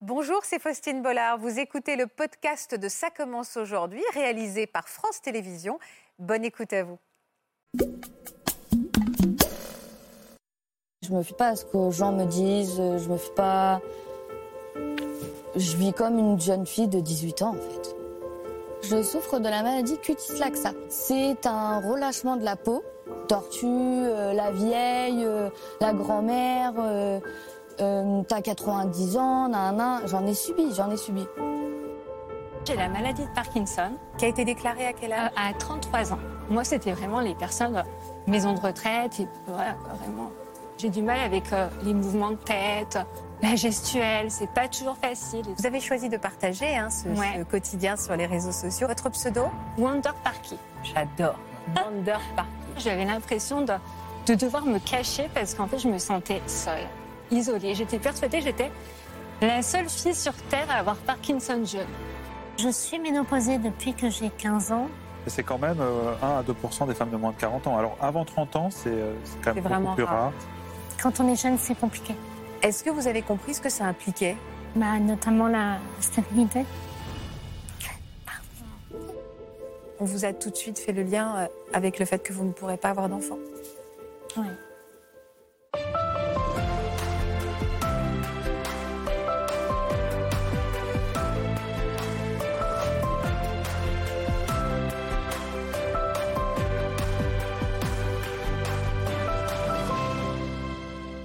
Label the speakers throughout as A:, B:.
A: Bonjour, c'est Faustine Bollard. Vous écoutez le podcast de Ça commence aujourd'hui, réalisé par France Télévisions. Bonne écoute à vous.
B: Je me fie pas à ce que les gens me disent, je me fie pas. Je vis comme une jeune fille de 18 ans en fait. Je souffre de la maladie cutis-laxa. C'est un relâchement de la peau. Tortue, euh, la vieille, euh, la grand-mère, euh, euh, t'as 90 ans, nanana. J'en ai subi, j'en ai subi.
C: J'ai la maladie de Parkinson
A: Qui a été déclaré à quel
C: euh,
A: âge
C: à 33 ans. Moi, c'était vraiment les personnes euh, maison de retraite et voilà, vraiment. J'ai du mal avec euh, les mouvements de tête, la gestuelle, c'est pas toujours facile.
A: Vous avez choisi de partager hein, ce,
C: Ouais.
A: ce quotidien sur les réseaux sociaux. Votre pseudo
C: Wonder Parky.
A: J'adore. Wonder Party.
C: J'avais l'impression de, de devoir me cacher parce qu'en fait, je me sentais seule, isolée. J'étais persuadée, que j'étais la seule fille sur Terre à avoir Parkinson jeune.
D: Je suis ménopausée depuis que j'ai 15 ans.
E: Et C'est quand même euh, 1 à 2 des femmes de moins de 40 ans. Alors avant 30 ans, c'est euh, c'est quand
A: C'est
E: même beaucoup
A: vraiment
E: plus
A: rare.
E: rare.
D: Quand on est jeune, c'est compliqué.
A: Est-ce que vous avez compris ce que ça impliquait
D: Bah, notamment la stabilité.
A: On vous a tout de suite fait le lien euh, avec le fait que vous ne pourrez pas avoir d'enfant.
D: Ouais.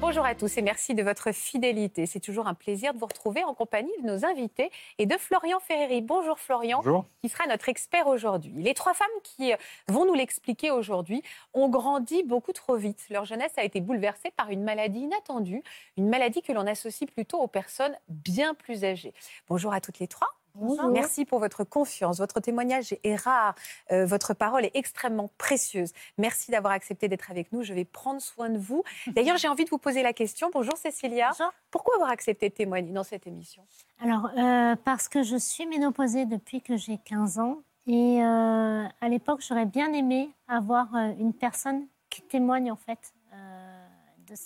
A: Bonjour à tous et merci de votre fidélité. C'est toujours un plaisir de vous retrouver en compagnie de nos invités et de Florian Ferreri. Bonjour Florian.
E: Bonjour.
A: qui sera notre expert aujourd'hui. Les trois femmes qui euh, vont nous l'expliquer aujourd'hui ont grandi beaucoup trop vite. Leur jeunesse a été bouleversée par une maladie inattendue, une maladie que l'on associe plutôt aux personnes bien plus âgées. Bonjour à toutes les trois.
B: Bonjour.
A: Merci pour votre confiance. Votre témoignage est rare. Euh, votre parole est extrêmement précieuse. Merci d'avoir accepté d'être avec nous. Je vais prendre soin de vous. D'ailleurs, j'ai envie de vous poser la question. Bonjour Cécilia.
D: Bonjour.
A: Pourquoi avoir accepté de témoigner dans cette émission
D: Alors, euh, parce que je suis ménopausée depuis que j'ai 15 ans. Et euh, à l'époque, j'aurais bien aimé avoir euh, une personne qui témoigne, en fait, euh, de, ce-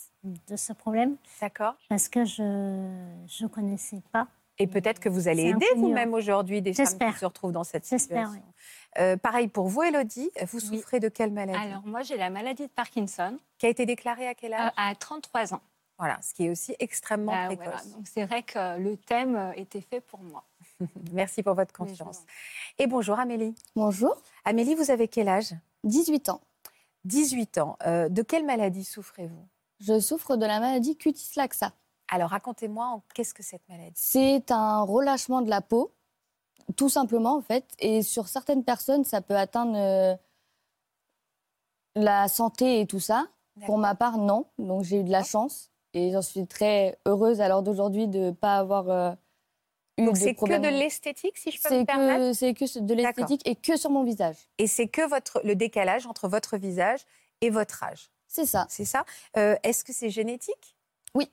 D: de ce problème.
A: D'accord
D: Parce que je ne connaissais pas.
A: Et peut-être que vous allez
D: C'est un
A: aider
D: peu mieux.
A: vous-même aujourd'hui des femmes qui
D: J'espère.
A: se retrouvent dans cette
D: J'espère,
A: situation. Euh, pareil pour vous, Elodie. Vous souffrez de quelle maladie
C: Alors, moi, j'ai la maladie de Parkinson
A: Qui a été déclarée à quel
C: euh,
A: âge
C: à 33 ans.
A: Voilà, ce qui est aussi extrêmement
C: Bah,
A: précoce.
C: voilà. Donc, c'est vrai que le thème euh, était fait pour moi.
A: Merci pour votre
C: Mais je
A: confiance. Et bonjour Amélie.
B: Bonjour,
A: Amélie, vous avez quel âge
B: 18 ans.
A: 18 ans. Euh, de quelle maladie souffrez-vous
B: Je souffre de la maladie cutis-laxa.
A: Alors racontez-moi en- qu'est-ce que cette maladie
B: C'est un relâchement de la peau, tout simplement en fait. Et sur certaines personnes, ça peut atteindre euh, la santé et tout ça. Pour ma part, non. Donc j'ai eu de la chance et j'en suis très heureuse à l'heure d'aujourd'hui de ne pas avoir euh, eu
A: Donc
B: de
A: c'est que
B: problème.
A: de l'esthétique, si je peux me
B: C'est
A: permettre.
B: que, c'est que de l'esthétique et que sur mon visage.
A: Et c'est que votre, le décalage entre votre visage et votre âge.
B: C'est ça.
A: C'est ça. Euh, Est-ce que c'est génétique
B: Oui.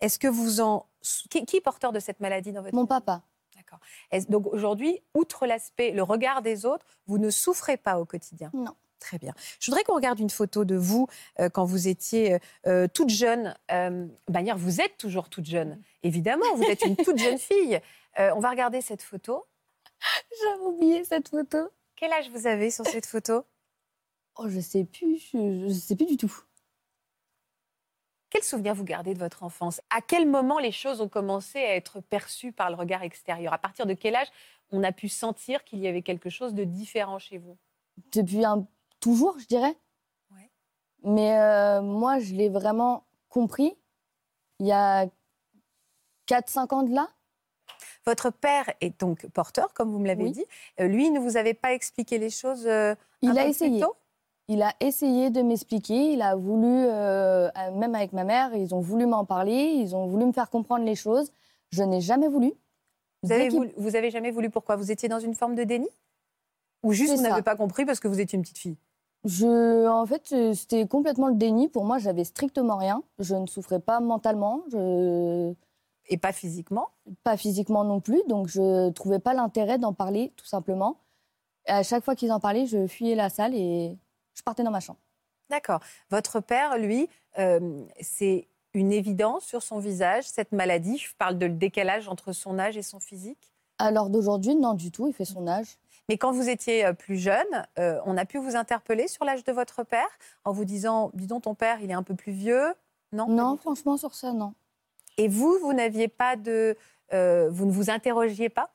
A: Est-ce que vous en... Qui, qui est porteur de cette maladie dans votre
B: Mon
A: famille
B: papa.
A: D'accord. Est-ce- Donc aujourd'hui, outre l'aspect, le regard des autres, vous ne souffrez pas au quotidien
B: Non.
A: Très bien. Je voudrais qu'on regarde une photo de vous euh, quand vous étiez euh, euh, toute jeune. Euh, Bagnères, vous êtes toujours toute jeune, évidemment. Vous êtes une toute jeune fille. Euh, on va regarder cette photo.
B: J'avais oublié cette photo.
A: Quel âge vous avez sur cette photo
B: Oh, je sais plus, je, je sais plus du tout.
A: Quel souvenir vous gardez de votre enfance À quel moment les choses ont commencé à être perçues par le regard extérieur À partir de quel âge on a pu sentir qu'il y avait quelque chose de différent chez vous
B: Depuis un, toujours, je dirais.
A: Ouais.
B: Mais euh, moi, je l'ai vraiment compris il y a 4-5 ans de là.
A: Votre père est donc porteur, comme vous me l'avez
B: Oui.
A: dit. Euh, lui, il ne vous avait pas expliqué les choses. euh, un
B: Il
A: peu
B: a
A: plus
B: essayé.
A: tôt
B: Il a essayé de m'expliquer, il a voulu, euh, euh, même avec ma mère, ils ont voulu m'en parler, ils ont voulu me faire comprendre les choses. Je n'ai jamais voulu.
A: vous
B: Dès
A: avez,
B: qu'il-
A: voulu- vous avez jamais voulu pourquoi Vous étiez dans une forme de déni Ou juste
B: C'est
A: vous n'avez
B: ça.
A: pas compris parce que vous étiez une petite fille
B: Je, en fait, euh, c'était complètement le déni. Pour moi, j'avais strictement rien. Je ne souffrais pas mentalement, je...
A: et pas physiquement
B: pas physiquement non plus. Donc, je trouvais pas l'intérêt d'en parler, tout simplement. Et à chaque fois qu'ils en parlaient, je fuyais la salle et je partais dans ma chambre.
A: D'accord. Votre père, lui, euh, c'est une évidence sur son visage, cette maladie Je parle de le décalage entre son âge et son physique.
B: À l'heure d'aujourd'hui, non du tout, il fait son âge.
A: Mais quand vous étiez euh, plus jeune, euh, on a pu vous interpeller sur l'âge de votre père en vous disant, dis donc, ton père, il est un peu plus vieux. Non pas
B: Non,
A: du tout.
B: franchement, sur ça, non.
A: Et vous, vous n'aviez pas de... euh, vous ne vous interrogiez pas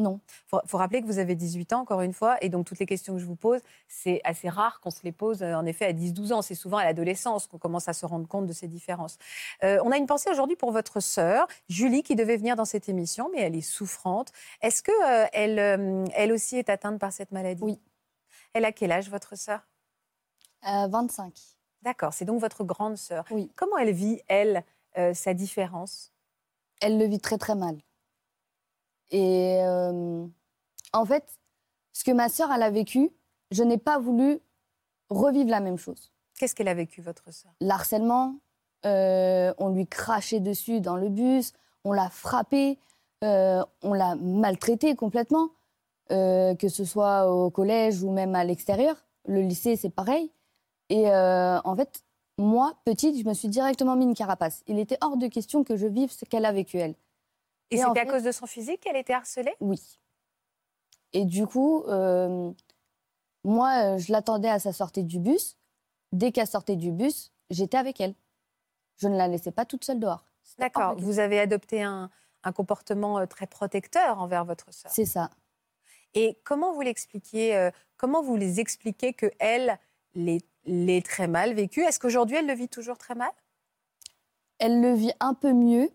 B: Non.
A: faut, faut rappeler que vous avez 18 ans, encore une fois, et donc toutes les questions que je vous pose, c'est assez rare qu'on se les pose, euh, en effet, à 10-12 ans. C'est souvent à l'adolescence qu'on commence à se rendre compte de ces différences. Euh, on a une pensée aujourd'hui pour votre sœur, Julie, qui devait venir dans cette émission, mais elle est souffrante. Est-ce que euh, elle, euh, elle aussi est atteinte par cette maladie
B: Oui.
A: Elle a quel âge, votre sœur
B: Euh, 25.
A: D'accord, c'est donc votre grande sœur.
B: Oui.
A: Comment elle vit, elle, euh, sa différence
B: Elle le vit très très mal. Et euh, en fait, ce que ma sœur elle a vécu, je n'ai pas voulu revivre la même chose.
A: Qu'est-ce qu'elle a vécu, votre sœur
B: l'harcèlement, euh, on lui crachait dessus dans le bus, on l'a frappé, euh, on l'a maltraité complètement, euh, que ce soit au collège ou même à l'extérieur. Le lycée, c'est pareil. Et euh, en fait, moi, petite, je me suis directement mis une carapace. Il était hors de question que je vive ce qu'elle a vécu, elle.
A: Et,
B: Et
A: c'était
B: en
A: à
B: fait-
A: cause de son physique qu'elle était harcelée
B: Oui. Et du coup, euh, moi, euh, je l'attendais à sa sortie du bus. Dès qu'elle sortait du bus, j'étais avec elle. Je ne la laissais pas toute seule dehors. C'était hors de
A: D'accord,
B: question.
A: vous avez adopté un, un comportement euh, très protecteur envers votre sœur.
B: C'est ça.
A: Et comment vous l'expliquez euh, Comment vous les expliquez que elle les les très mal vécu Est-ce qu'aujourd'hui elle le vit toujours très mal
B: Elle le vit un peu mieux,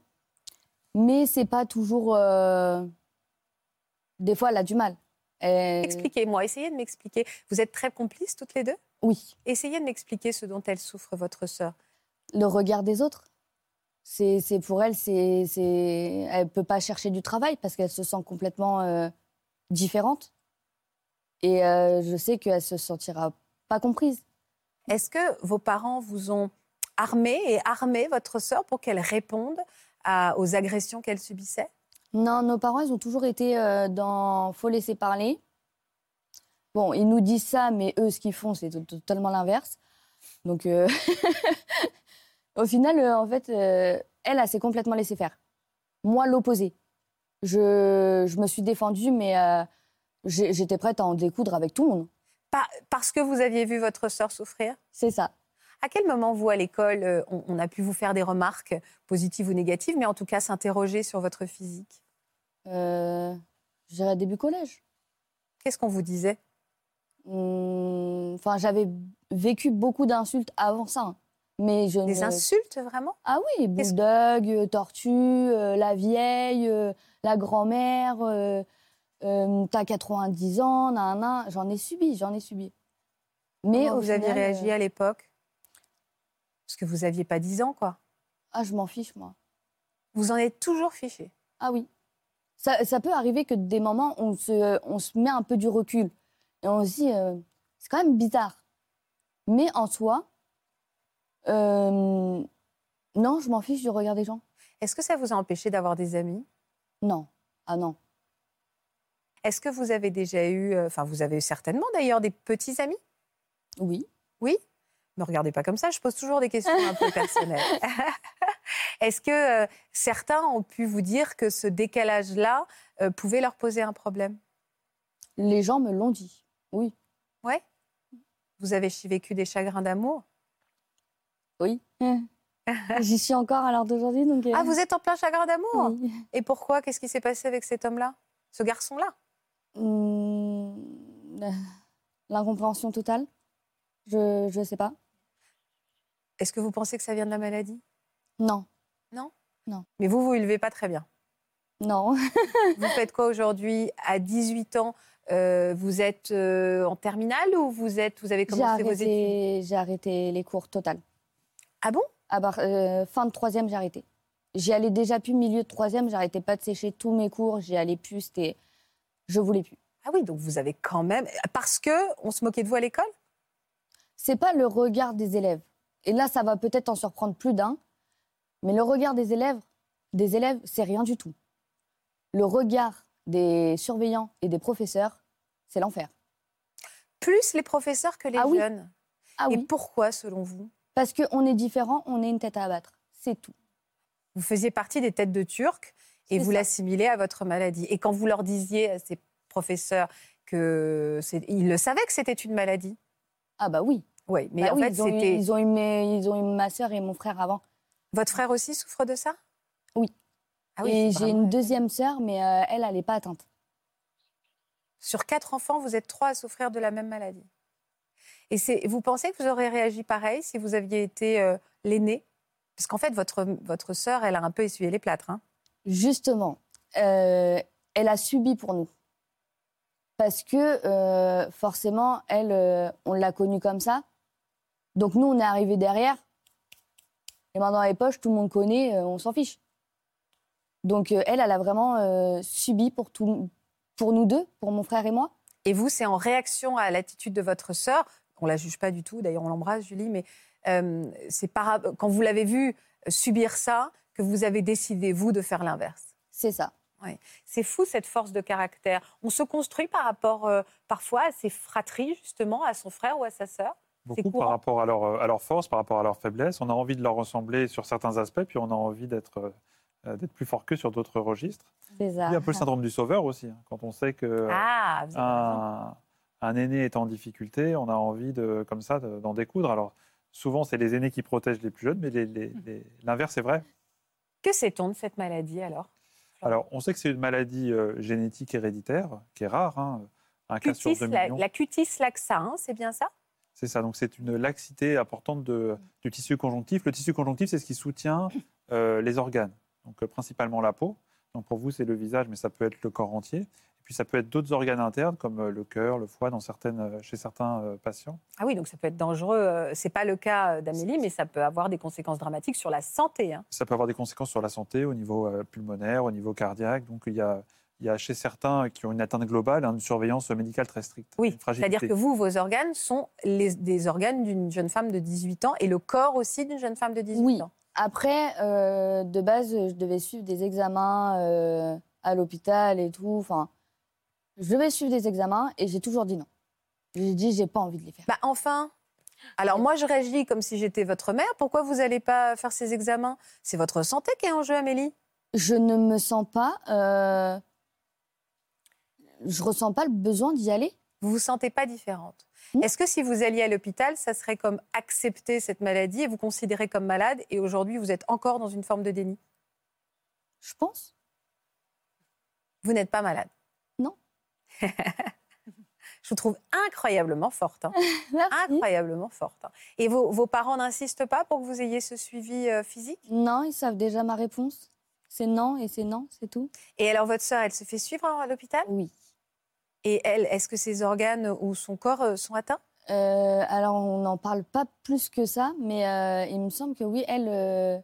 B: mais c'est pas toujours. euh, Des fois, elle a du mal. Elle-
A: Expliquez-moi, essayez de m'expliquer. Vous êtes très complices toutes les deux.
B: Oui,
A: Essayez de m'expliquer ce dont elle souffre, votre sœur.
B: le regard des autres. C'est c'est pour elle, c'est c'est- elle peut pas chercher du travail parce qu'elle se sent complètement euh, différente. Et euh, je sais qu'elle se sentira pas comprise.
A: Est-ce que vos parents vous ont armé et armé votre sœur pour qu'elle réponde à- aux agressions qu'elle subissait
B: Non, nos parents, ils ont toujours été euh, dans faut laisser parler. Bon, ils nous disent ça, mais eux, ce qu'ils font, c'est to- totalement l'inverse. Donc, euh, au final, euh, en fait, euh, elle, elle s'est complètement laissée faire. Moi, l'opposé. Je, je me suis défendue, mais euh, j'ai- j'étais prête à en découdre avec tout le monde.
A: Pas- Parce que vous aviez vu votre sœur souffrir
B: C'est ça.
A: À quel moment, vous, à l'école, euh, on, on a pu vous faire des remarques positives ou négatives, mais en tout cas s'interroger sur votre physique
B: Euh, je dirais début collège.
A: Qu'est-ce qu'on vous disait
B: Hum, Enfin, j'avais vécu beaucoup d'insultes avant ça. hein. Mais je
A: Des
B: ne-
A: insultes, vraiment
B: Ah oui,
A: Qu'est-ce-
B: bulldog, euh, tortue, euh, la vieille, euh, la grand-mère, euh, euh, t'as 90 ans, nan, nan. j'en ai subi, j'en ai subi. Mais
A: Comment
B: au
A: vous aviez
B: final, euh,
A: réagi à l'époque Parce que vous n'aviez pas 10 ans, quoi.
B: Ah, je m'en fiche, moi.
A: Vous en êtes toujours fiché.
B: Ah oui. Ça, ça peut arriver que des moments, on se, on se met un peu du recul. Et on se dit, euh, c'est quand même bizarre. Mais en soi, euh, non, je m'en fiche du regard des gens.
A: Est-ce que ça vous a empêché d'avoir des amis
B: Non. Ah non.
A: Est-ce que vous avez déjà eu, euh, enfin, vous avez eu certainement d'ailleurs des petits amis
B: Oui.
A: Ne me regardez pas comme ça, je pose toujours des questions un peu personnelles. Est-ce que euh, certains ont pu vous dire que ce décalage-là euh, pouvait leur poser un problème
B: Les gens me l'ont dit. Oui.
A: Vous avez chi- vécu des chagrins d'amour
B: Oui. J'y suis encore à l'heure d'aujourd'hui, donc. euh,
A: Ah, vous êtes en plein chagrin d'amour
B: oui.
A: Et pourquoi Qu'est-ce qui s'est passé avec cet homme-là Ce garçon-là
B: Hum, euh, L'incompréhension totale. Je je sais pas.
A: Est-ce que vous pensez que ça vient de la maladie
B: Non.
A: Mais vous, vous ne levez pas très bien.
B: Non.
A: Vous faites quoi aujourd'hui À 18 ans, euh, vous êtes euh, en terminale ou vous, êtes, vous avez
B: J'ai
A: commencé vos études
B: arrêté, j'ai arrêté les cours total.
A: Ah bon
B: À part- euh, fin de troisième, j'ai arrêté. J'y allais déjà plus milieu de troisième. J'arrêtais pas de sécher tous mes cours. J'y allais plus. C'était. Je voulais plus.
A: Ah oui, donc vous avez quand même... Parce que on se moquait de vous à l'école
B: c'est pas le regard des élèves. Et là, ça va peut-être en surprendre plus d'un, mais le regard des élèves, des élèves, c'est rien du tout. Le regard des surveillants et des professeurs, c'est l'enfer.
A: Plus les professeurs que les
B: Ah oui.
A: jeunes.
B: Ah
A: Et
B: oui,
A: pourquoi, selon vous
B: parce qu'on est différent, on est une tête à abattre. c'est tout.
A: Vous faisiez partie des têtes de Turcs et
B: C'est
A: vous
B: ça.
A: l'assimilez à votre maladie. Et quand vous leur disiez à ces professeurs que c'est- ils le savaient que c'était une maladie.
B: Ah bah oui.
A: Oui, mais
B: Bah
A: en
B: oui,
A: fait,
B: ils ont, eu,
A: c'était
B: ils ont eu mes- ils ont eu ma sœur et mon frère avant.
A: votre frère aussi souffre de ça.
B: Oui.
A: Ah oui.
B: et
A: c'est
B: j'ai
A: vraiment-
B: une deuxième sœur, mais euh, elle, elle n'est pas atteinte.
A: Sur quatre enfants, vous êtes trois à souffrir de la même maladie. Et c'est, vous pensez que vous auriez réagi pareil si vous aviez été euh, l'aîné Parce qu'en fait, votre, votre sœur, elle a un peu essuyé les plâtres. hein.
B: Justement, euh, elle a subi pour nous. Parce que euh, forcément, elle, euh, on l'a connue comme ça. Donc nous, on est arrivé derrière. Les mains dans les poches, tout le monde connaît, euh, on s'en fiche. Donc euh, elle, elle a vraiment euh, subi pour, tout, pour nous deux, pour mon frère et moi.
A: Et vous, c'est en réaction à l'attitude de votre sœur. On la juge pas du tout, d'ailleurs, on l'embrasse, Julie, mais euh, c'est par- quand vous l'avez vue subir ça que vous avez décidé, vous, de faire l'inverse.
B: C'est ça.
A: C'est fou cette force de caractère. On se construit par rapport euh, parfois à ses fratries, justement, à son frère ou à sa sœur.
E: Beaucoup
A: courant.
E: par rapport à leur, euh, à leur force, par rapport à leur faiblesse. On a envie de leur ressembler sur certains aspects, puis on a envie d'être euh, d'être plus fort que sur d'autres registres.
B: C'est ça.
E: Il y a un peu le syndrome du sauveur aussi. hein. Quand on sait que euh,
A: Ah, vous avez raison.
E: un, un aîné est en difficulté, on a envie de, comme ça de- d'en découdre. Alors souvent, c'est les aînés qui protègent les plus jeunes, mais les- les-
A: Mmh.
E: les- l'inverse est vrai.
A: Que sait-on de cette maladie alors
E: Alors on sait que c'est une maladie euh, génétique héréditaire qui est rare. hein. Un cas sur
A: cutis,
E: deux
A: la,
E: millions.
A: la cutis laxa, hein, c'est bien ça
E: C'est ça, donc c'est une laxité importante de- du tissu conjonctif. Le tissu conjonctif, c'est ce qui soutient euh, les organes, donc euh, principalement la peau. Donc pour vous, c'est le visage, mais ça peut être le corps entier. Et puis ça peut être d'autres organes internes, comme euh, le cœur, le foie, dans certaines, euh, chez certains euh, patients.
A: Ah oui, donc ça peut être dangereux. euh, C'est pas le cas euh, d'Amélie, mais ça peut avoir des conséquences dramatiques sur la santé. hein.
E: Ça peut avoir des conséquences sur la santé au niveau euh, pulmonaire, au niveau cardiaque. Donc il y a, il y a chez certains qui ont une atteinte globale, hein, une surveillance médicale très stricte.
A: Oui,
E: une fragilité.
A: c'est-à-dire que vous, vos organes sont les, des organes d'une jeune femme de 18 ans et le corps aussi d'une jeune femme de 18
B: Oui.
A: ans.
B: Après, euh, de base, je devais suivre des examens euh, à l'hôpital et tout. Enfin, je devais suivre des examens et j'ai toujours dit non. J'ai dit, j'ai pas envie de les faire.
A: Bah enfin alors moi je réagis comme si j'étais votre mère. Pourquoi vous n'allez pas faire ces examens C'est votre santé qui est en jeu, Amélie.
B: Je ne me sens pas. euh, je ressens pas le besoin d'y aller.
A: Vous vous sentez pas différente.
B: Non.
A: Est-ce que si vous alliez à l'hôpital, ça serait comme accepter cette maladie et vous considérer comme malade et aujourd'hui vous êtes encore dans une forme de déni
B: Je pense.
A: Vous n'êtes pas malade.
B: Non.
A: je vous trouve incroyablement forte. hein.
B: Merci.
A: Incroyablement forte. hein. Et vos, vos parents n'insistent pas pour que vous ayez ce suivi euh, physique
B: Non, ils savent déjà ma réponse. C'est non et c'est non, c'est tout.
A: Et alors votre sœur, elle se fait suivre hein, à l'hôpital
B: Oui.
A: Et elle, est-ce que ses organes ou son corps euh, sont atteints
B: Euh, alors, on n'en parle pas plus que ça, mais euh, il me semble que oui, elle. euh,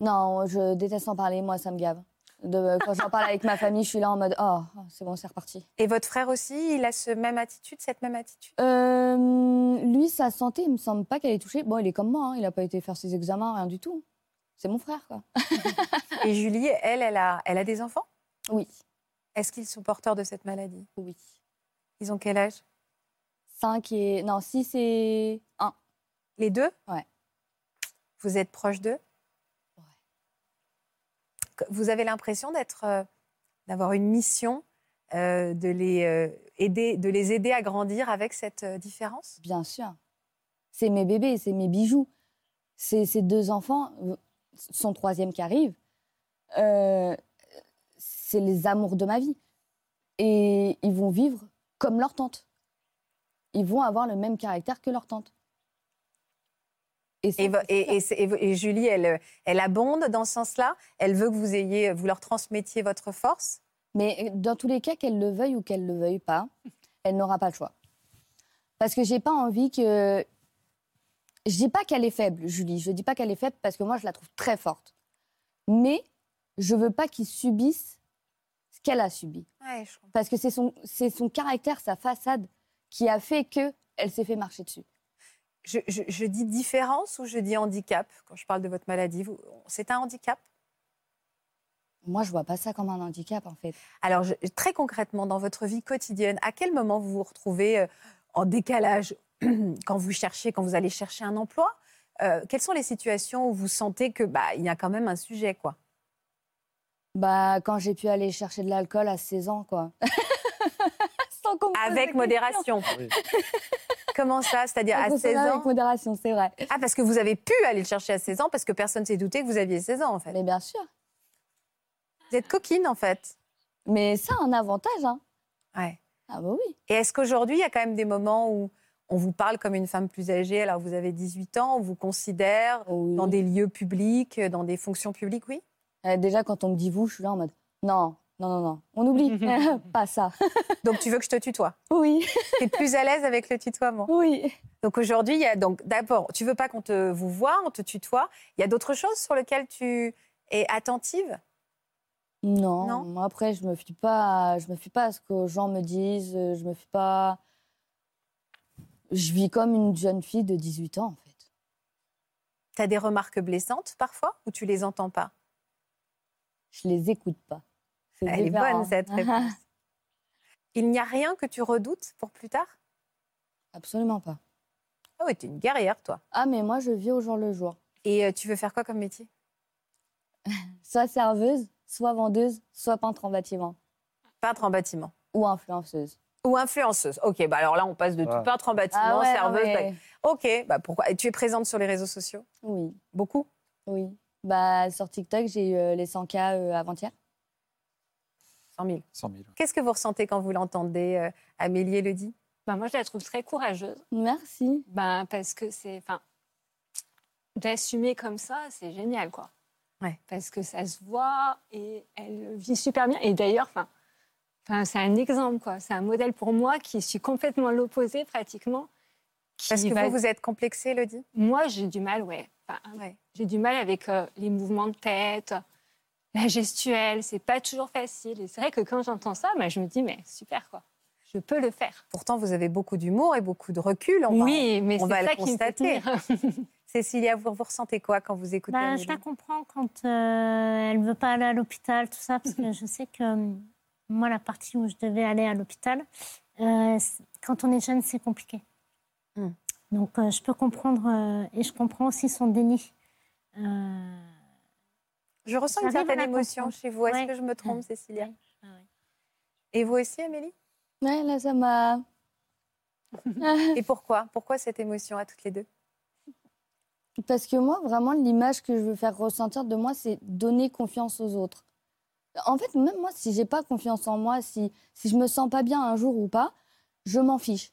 B: Non, je déteste en parler, moi, ça me gave. De, euh, quand j'en parle avec ma famille, je suis là en mode Oh, c'est bon, c'est reparti.
A: Et votre frère aussi, il a ce même attitude, cette même attitude
B: Euh, lui, sa santé, il me semble pas qu'elle est touchée. Bon, il est comme moi, hein, il n'a pas été faire ses examens, rien du tout. C'est mon frère, quoi.
A: Et Julie, elle, elle a, elle a des enfants
B: Oui,
A: Est-ce qu'ils sont porteurs de cette maladie
B: oui.
A: Ils ont quel âge
B: 5 et. Non, 6 et 1.
A: Les deux
B: Ouais.
A: Vous êtes proche d'eux
B: Ouais.
A: Que- Vous avez l'impression d'être, euh, d'avoir une mission euh, de, les, euh, aider, de les aider à grandir avec cette euh, différence
B: Bien sûr. C'est mes bébés, c'est mes bijoux. C'est ces deux enfants, euh, son troisième qui arrive, euh, c'est les amours de ma vie. Et ils vont vivre comme leur tante. Ils vont avoir le même caractère que leur tante. ça,
A: Et, vo-
B: c'est
A: et-
B: super.
A: et c'est- et vo- et Julie, elle, euh, elle abonde dans ce sens-là Elle veut que vous, ayez, vous leur transmettiez votre force
B: Mais euh, dans tous les cas, qu'elle le veuille ou qu'elle ne le veuille pas, elle n'aura pas le choix. Parce que j'ai pas envie que. Je dis pas qu'elle est faible, Julie. Je dis pas qu'elle est faible parce que moi, je la trouve très forte. Mais je veux pas qu'ils subissent ce qu'elle a subi.
A: Ouais, je comprends.
B: Parce que c'est son, c'est son caractère, sa façade, qui a fait que elle s'est fait marcher dessus.
A: je, je- je dis différence ou je dis handicap quand je parle de votre maladie vous- C'est un handicap
B: Moi, je vois pas ça comme un handicap, en fait.
A: Alors, je- très concrètement, dans votre vie quotidienne, à quel moment vous vous retrouvez euh, en décalage quand vous cherchez, quand vous allez chercher un emploi euh, quelles sont les situations où vous sentez que bah, il y a quand même un sujet quoi
B: Bah, quand j'ai pu aller chercher de l'alcool à 16 ans, quoi. Sans qu'on me pose
A: Avec
B: de
A: modération.
E: Ah oui.
A: Comment ça C'est-à-dire
B: questions.
A: à
B: Sans
A: 16
B: qu'on se lave
A: ans
B: Avec modération, c'est vrai.
A: Ah, parce que vous avez pu aller le chercher à 16 ans parce que personne s'est douté que vous aviez 16 ans en fait.
B: Mais bien sûr.
A: Vous êtes coquine en fait.
B: Mais ça, un avantage, hein.
A: Ouais.
B: Ah bah oui.
A: Et est-ce qu'aujourd'hui, il y a quand même des moments où on vous parle comme une femme plus âgée, alors vous avez 18 ans, on vous considère
B: Oui.
A: dans des lieux publics, euh, dans des fonctions publiques, oui
B: Euh, déjà, quand on me dit vous, je suis là en mode non, non, non, non, on oublie. pas ça.
A: Donc tu veux que je te tutoie
B: Oui,
A: Tu es plus à l'aise avec le tutoiement.
B: oui.
A: Donc aujourd'hui, il y a donc d'abord, tu veux pas qu'on te vous voit, on te tutoie. Il y a d'autres choses sur lesquelles tu es attentive
B: Non,
A: Non
B: moi, après, je me fie pas, à- je me fie pas à ce que les gens me disent, euh, je me fie pas. Je vis comme une jeune fille de 18 ans, en fait.
A: Tu as des remarques blessantes parfois ou tu les entends pas
B: Je les écoute pas. C'est
A: Elle est
B: différent.
A: bonne cette réponse. Il n'y a rien que tu redoutes pour plus tard
B: Absolument pas.
A: Ah oui, t'es une guerrière toi.
B: Ah, mais moi, je vis au jour le jour.
A: Et euh, tu veux faire quoi comme métier
B: Soit serveuse, soit vendeuse, soit peintre en bâtiment
A: Peintre en bâtiment.
B: ou influenceuse.
A: Ou influenceuse. Ok, bah alors là, on passe de
E: Ah.
A: tout peintre en bâtiment,
B: Ah ouais, non,
A: serveuse.
B: mais-
A: bah- Ok, bah pourquoi Et tu es présente sur les réseaux sociaux
B: Oui.
A: Beaucoup
B: Oui. Bah, sur TikTok, j'ai eu euh, les 100K euh, avant-hier.
A: 100 000.
E: 100 000.
A: Qu'est-ce que vous ressentez quand vous l'entendez, euh, Amélie le dit
C: Ben, moi, je la trouve très courageuse.
B: Merci.
C: Ben, parce que c'est. Enfin, d'assumer comme ça, c'est génial, quoi.
A: Ouais.
C: Parce que ça se voit et elle le vit super bien. Et d'ailleurs, enfin, enfin, c'est un exemple, quoi. C'est un modèle pour moi qui suis complètement l'opposé, pratiquement. qui
A: Parce que
C: va-
A: vous, vous êtes complexée, le dit
C: Moi, j'ai du mal, ouais. Enfin, un-
A: Ouais.
C: J'ai du mal avec euh, les mouvements de tête, la gestuelle. C'est pas toujours facile. Et c'est vrai que quand j'entends ça, ben, je me dis, mais super, quoi. Je peux le faire.
A: Pourtant, vous avez beaucoup d'humour et beaucoup de recul. On va-
C: oui, mais
A: on
C: c'est
A: va le
C: ça qui me fait
A: constater.
C: tenir.
A: Cécilia, vous, vous ressentez quoi quand vous écoutez
D: Bah,
A: Amélie
D: je la comprends quand euh, elle ne veut pas aller à l'hôpital, tout ça, parce que je sais que euh, moi, la partie où je devais aller à l'hôpital, euh, c- quand on est jeune, c'est compliqué.
A: Hmm.
D: Donc, euh, je peux comprendre euh, et je comprends aussi son déni. Euh,
A: Je ressens une
D: J'arrive à
A: certaine
D: la
A: émotion
D: comprendre.
A: chez vous. Est-ce
D: Ouais.
A: que je me trompe, Cécilia
D: Ouais. Ah ouais.
A: Et vous aussi, Amélie
B: Ouais, là, ça m'a.
A: Et pourquoi Pourquoi cette émotion à toutes les deux
B: Parce que moi, vraiment, l'image que je veux faire ressentir de moi, c'est donner confiance aux autres. En fait, même moi, si j'ai pas confiance en moi, si, si je me sens pas bien un jour ou pas, je m'en fiche.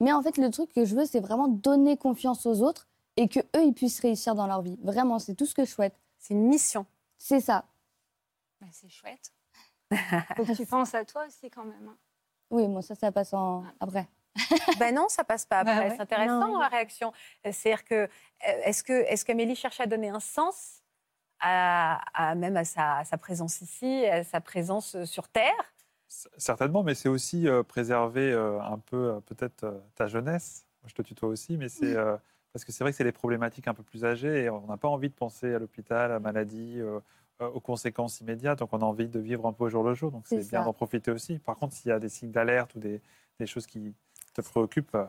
B: Mais en fait, le truc que je veux, c'est vraiment donner confiance aux autres et que eux, ils puissent réussir dans leur vie. Vraiment, c'est tout ce que je souhaite.
A: C'est une mission.
B: C'est ça.
C: Bah, c'est chouette. Faut que tu penses à toi aussi quand même. hein.
B: Oui, bon, ça, ça passe en... après.
A: Ben non, ça passe pas
C: Bah
A: après.
C: ouais.
A: C'est intéressant
D: Non, oui.
A: la réaction. Euh, C'est-à-dire que euh, est-ce que est-ce qu'Amélie cherche à donner un sens à, à- même à sa, à sa présence ici, à sa présence euh, sur Terre
E: C- Certainement, mais c'est aussi euh, préserver euh, un peu euh, peut-être euh, ta jeunesse. Moi, je te tutoie aussi, mais c'est euh, parce que c'est vrai que c'est des problématiques un peu plus âgées et on n'a pas envie de penser à l'hôpital, à la maladie, euh, euh, aux conséquences immédiates. Donc, on a envie de vivre un peu au jour le jour. Donc,
B: C'est
E: c'est bien
B: ça.
E: d'en profiter aussi. Par contre, s'il y a des signes d'alerte ou des, des choses qui te préoccupent, euh,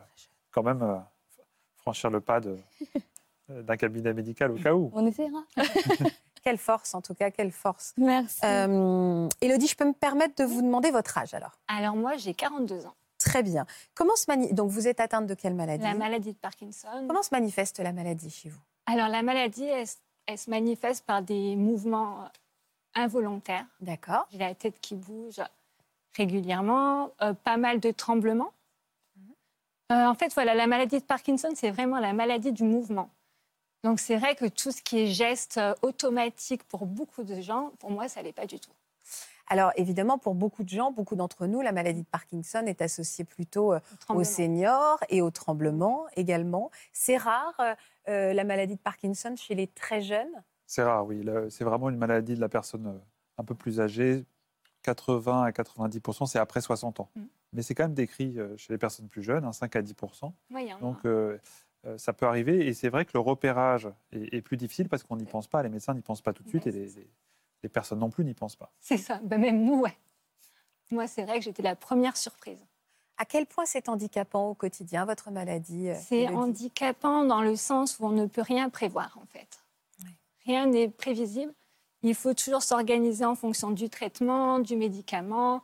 E: quand même euh, franchir le pas de- euh, d'un cabinet médical au cas où.
B: On essaiera.
A: Quelle force, en tout cas, quelle force.
B: Merci.
C: Mm.
A: Euh, Élodie, je peux me permettre de vous demander votre âge alors
C: Alors moi, j'ai 42 ans.
A: Très bien. Comment se mani- donc vous êtes atteinte de quelle maladie
C: La maladie de Parkinson.
A: Comment se manifeste la maladie chez vous
C: Alors la maladie, elle, s- elle se manifeste par des mouvements euh, involontaires.
A: D'accord.
C: J'ai la tête qui bouge régulièrement, euh, pas mal de tremblements. Euh, en fait, voilà, la maladie de Parkinson, c'est vraiment la maladie du mouvement. Donc c'est vrai que tout ce qui est geste euh, automatique pour beaucoup de gens, pour moi, ça l'est pas du tout.
A: Alors évidemment, pour beaucoup de gens, beaucoup d'entre nous, la maladie de Parkinson est associée plutôt euh, aux
C: Tremblement.
A: seniors et aux tremblements également. C'est rare euh, euh, la maladie de Parkinson chez les très jeunes.
E: C'est rare, oui. Le- C'est vraiment une maladie de la personne euh, un peu plus âgée. 80 à 90 c'est après 60 ans.
C: Mm.
E: Mais c'est quand même décrit euh, chez les personnes plus jeunes, hein, 5 à 10
C: Ouais, il y en a.
E: Donc euh, euh, ça peut arriver. Et c'est vrai que le repérage est, est plus difficile parce qu'on n'y pense pas. Les médecins n'y pensent pas tout de suite
C: Ouais,
E: et les, les- les personnes non plus n'y pensent pas.
C: C'est ça, Ben, même nous, ouais. Moi, c'est vrai que j'étais la première surprise.
A: À quel point c'est handicapant au quotidien, votre maladie euh,
C: C'est
A: Elodie
C: handicapant dans le sens où on ne peut rien prévoir, en fait.
A: Oui.
C: Rien n'est prévisible. Il faut toujours s'organiser en fonction du traitement, du médicament.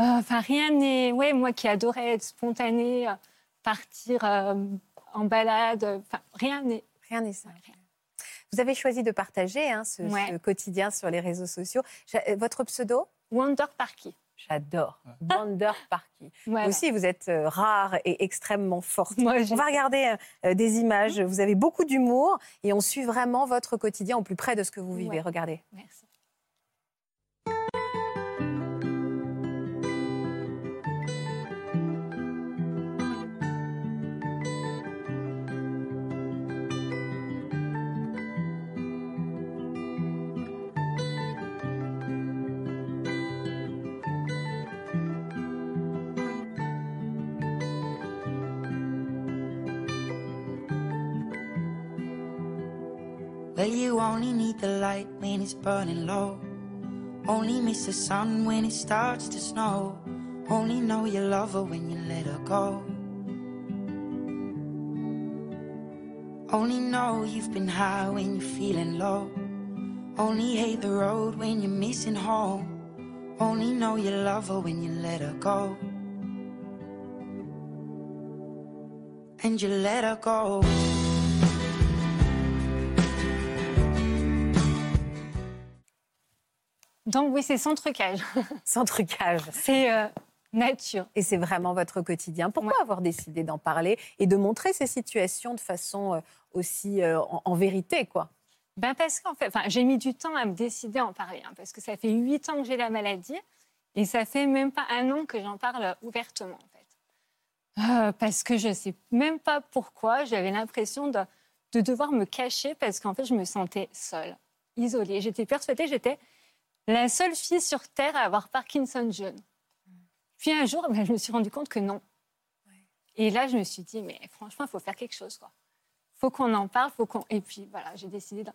C: Euh, Enfin, rien n'est. Ouais, moi qui adorais être spontanée, euh, partir euh, en balade, euh, enfin, rien n'est.
A: Rien n'est simple. Vous avez choisi de partager hein, ce,
C: Ouais.
A: ce quotidien sur les réseaux sociaux. J'a- euh, Votre pseudo
C: Wonder Parky.
A: J'adore.
E: Ouais.
A: Wonder Parky. Vous
C: Voilà.
A: aussi, vous êtes euh, rare et extrêmement forte.
C: Moi,
A: On
C: j'ai- Mhm.
A: va regarder euh, des images. Vous avez beaucoup d'humour et on suit vraiment votre quotidien au plus près de ce que vous vivez.
C: Ouais.
A: Regardez.
C: Merci.
F: Well, you only need the light when it's burning low. Only miss the sun when it starts to snow. Only know you love her when you let her go. Only know you've been high when you're feeling low. Only hate the road when you're missing home. Only know you love her when you let her go. And you let her go.
C: Donc, oui, c'est sans trucage.
A: Sans trucage.
C: C'est euh, nature.
A: Et c'est vraiment votre quotidien. Pourquoi avoir décidé d'en parler et de montrer ces situations de façon euh, aussi euh, en, en vérité, quoi
C: Ben parce qu'en fait, enfin, j'ai mis du temps à me décider à en parler, hein, parce que ça fait huit ans que j'ai la maladie et ça fait même pas un an que j'en parle ouvertement, en fait. Euh, parce que je sais même pas pourquoi j'avais l'impression de, de devoir me cacher, parce qu'en fait, je me sentais seule, isolée. J'étais persuadée, que j'étais la seule fille sur Terre à avoir Parkinson jeune. Puis un jour, ben, je me suis rendu compte que non. Et là, je me suis dit, mais franchement, il faut faire quelque chose, quoi. Faut qu'on en parle, faut qu'on. Et puis voilà, j'ai décidé d'en-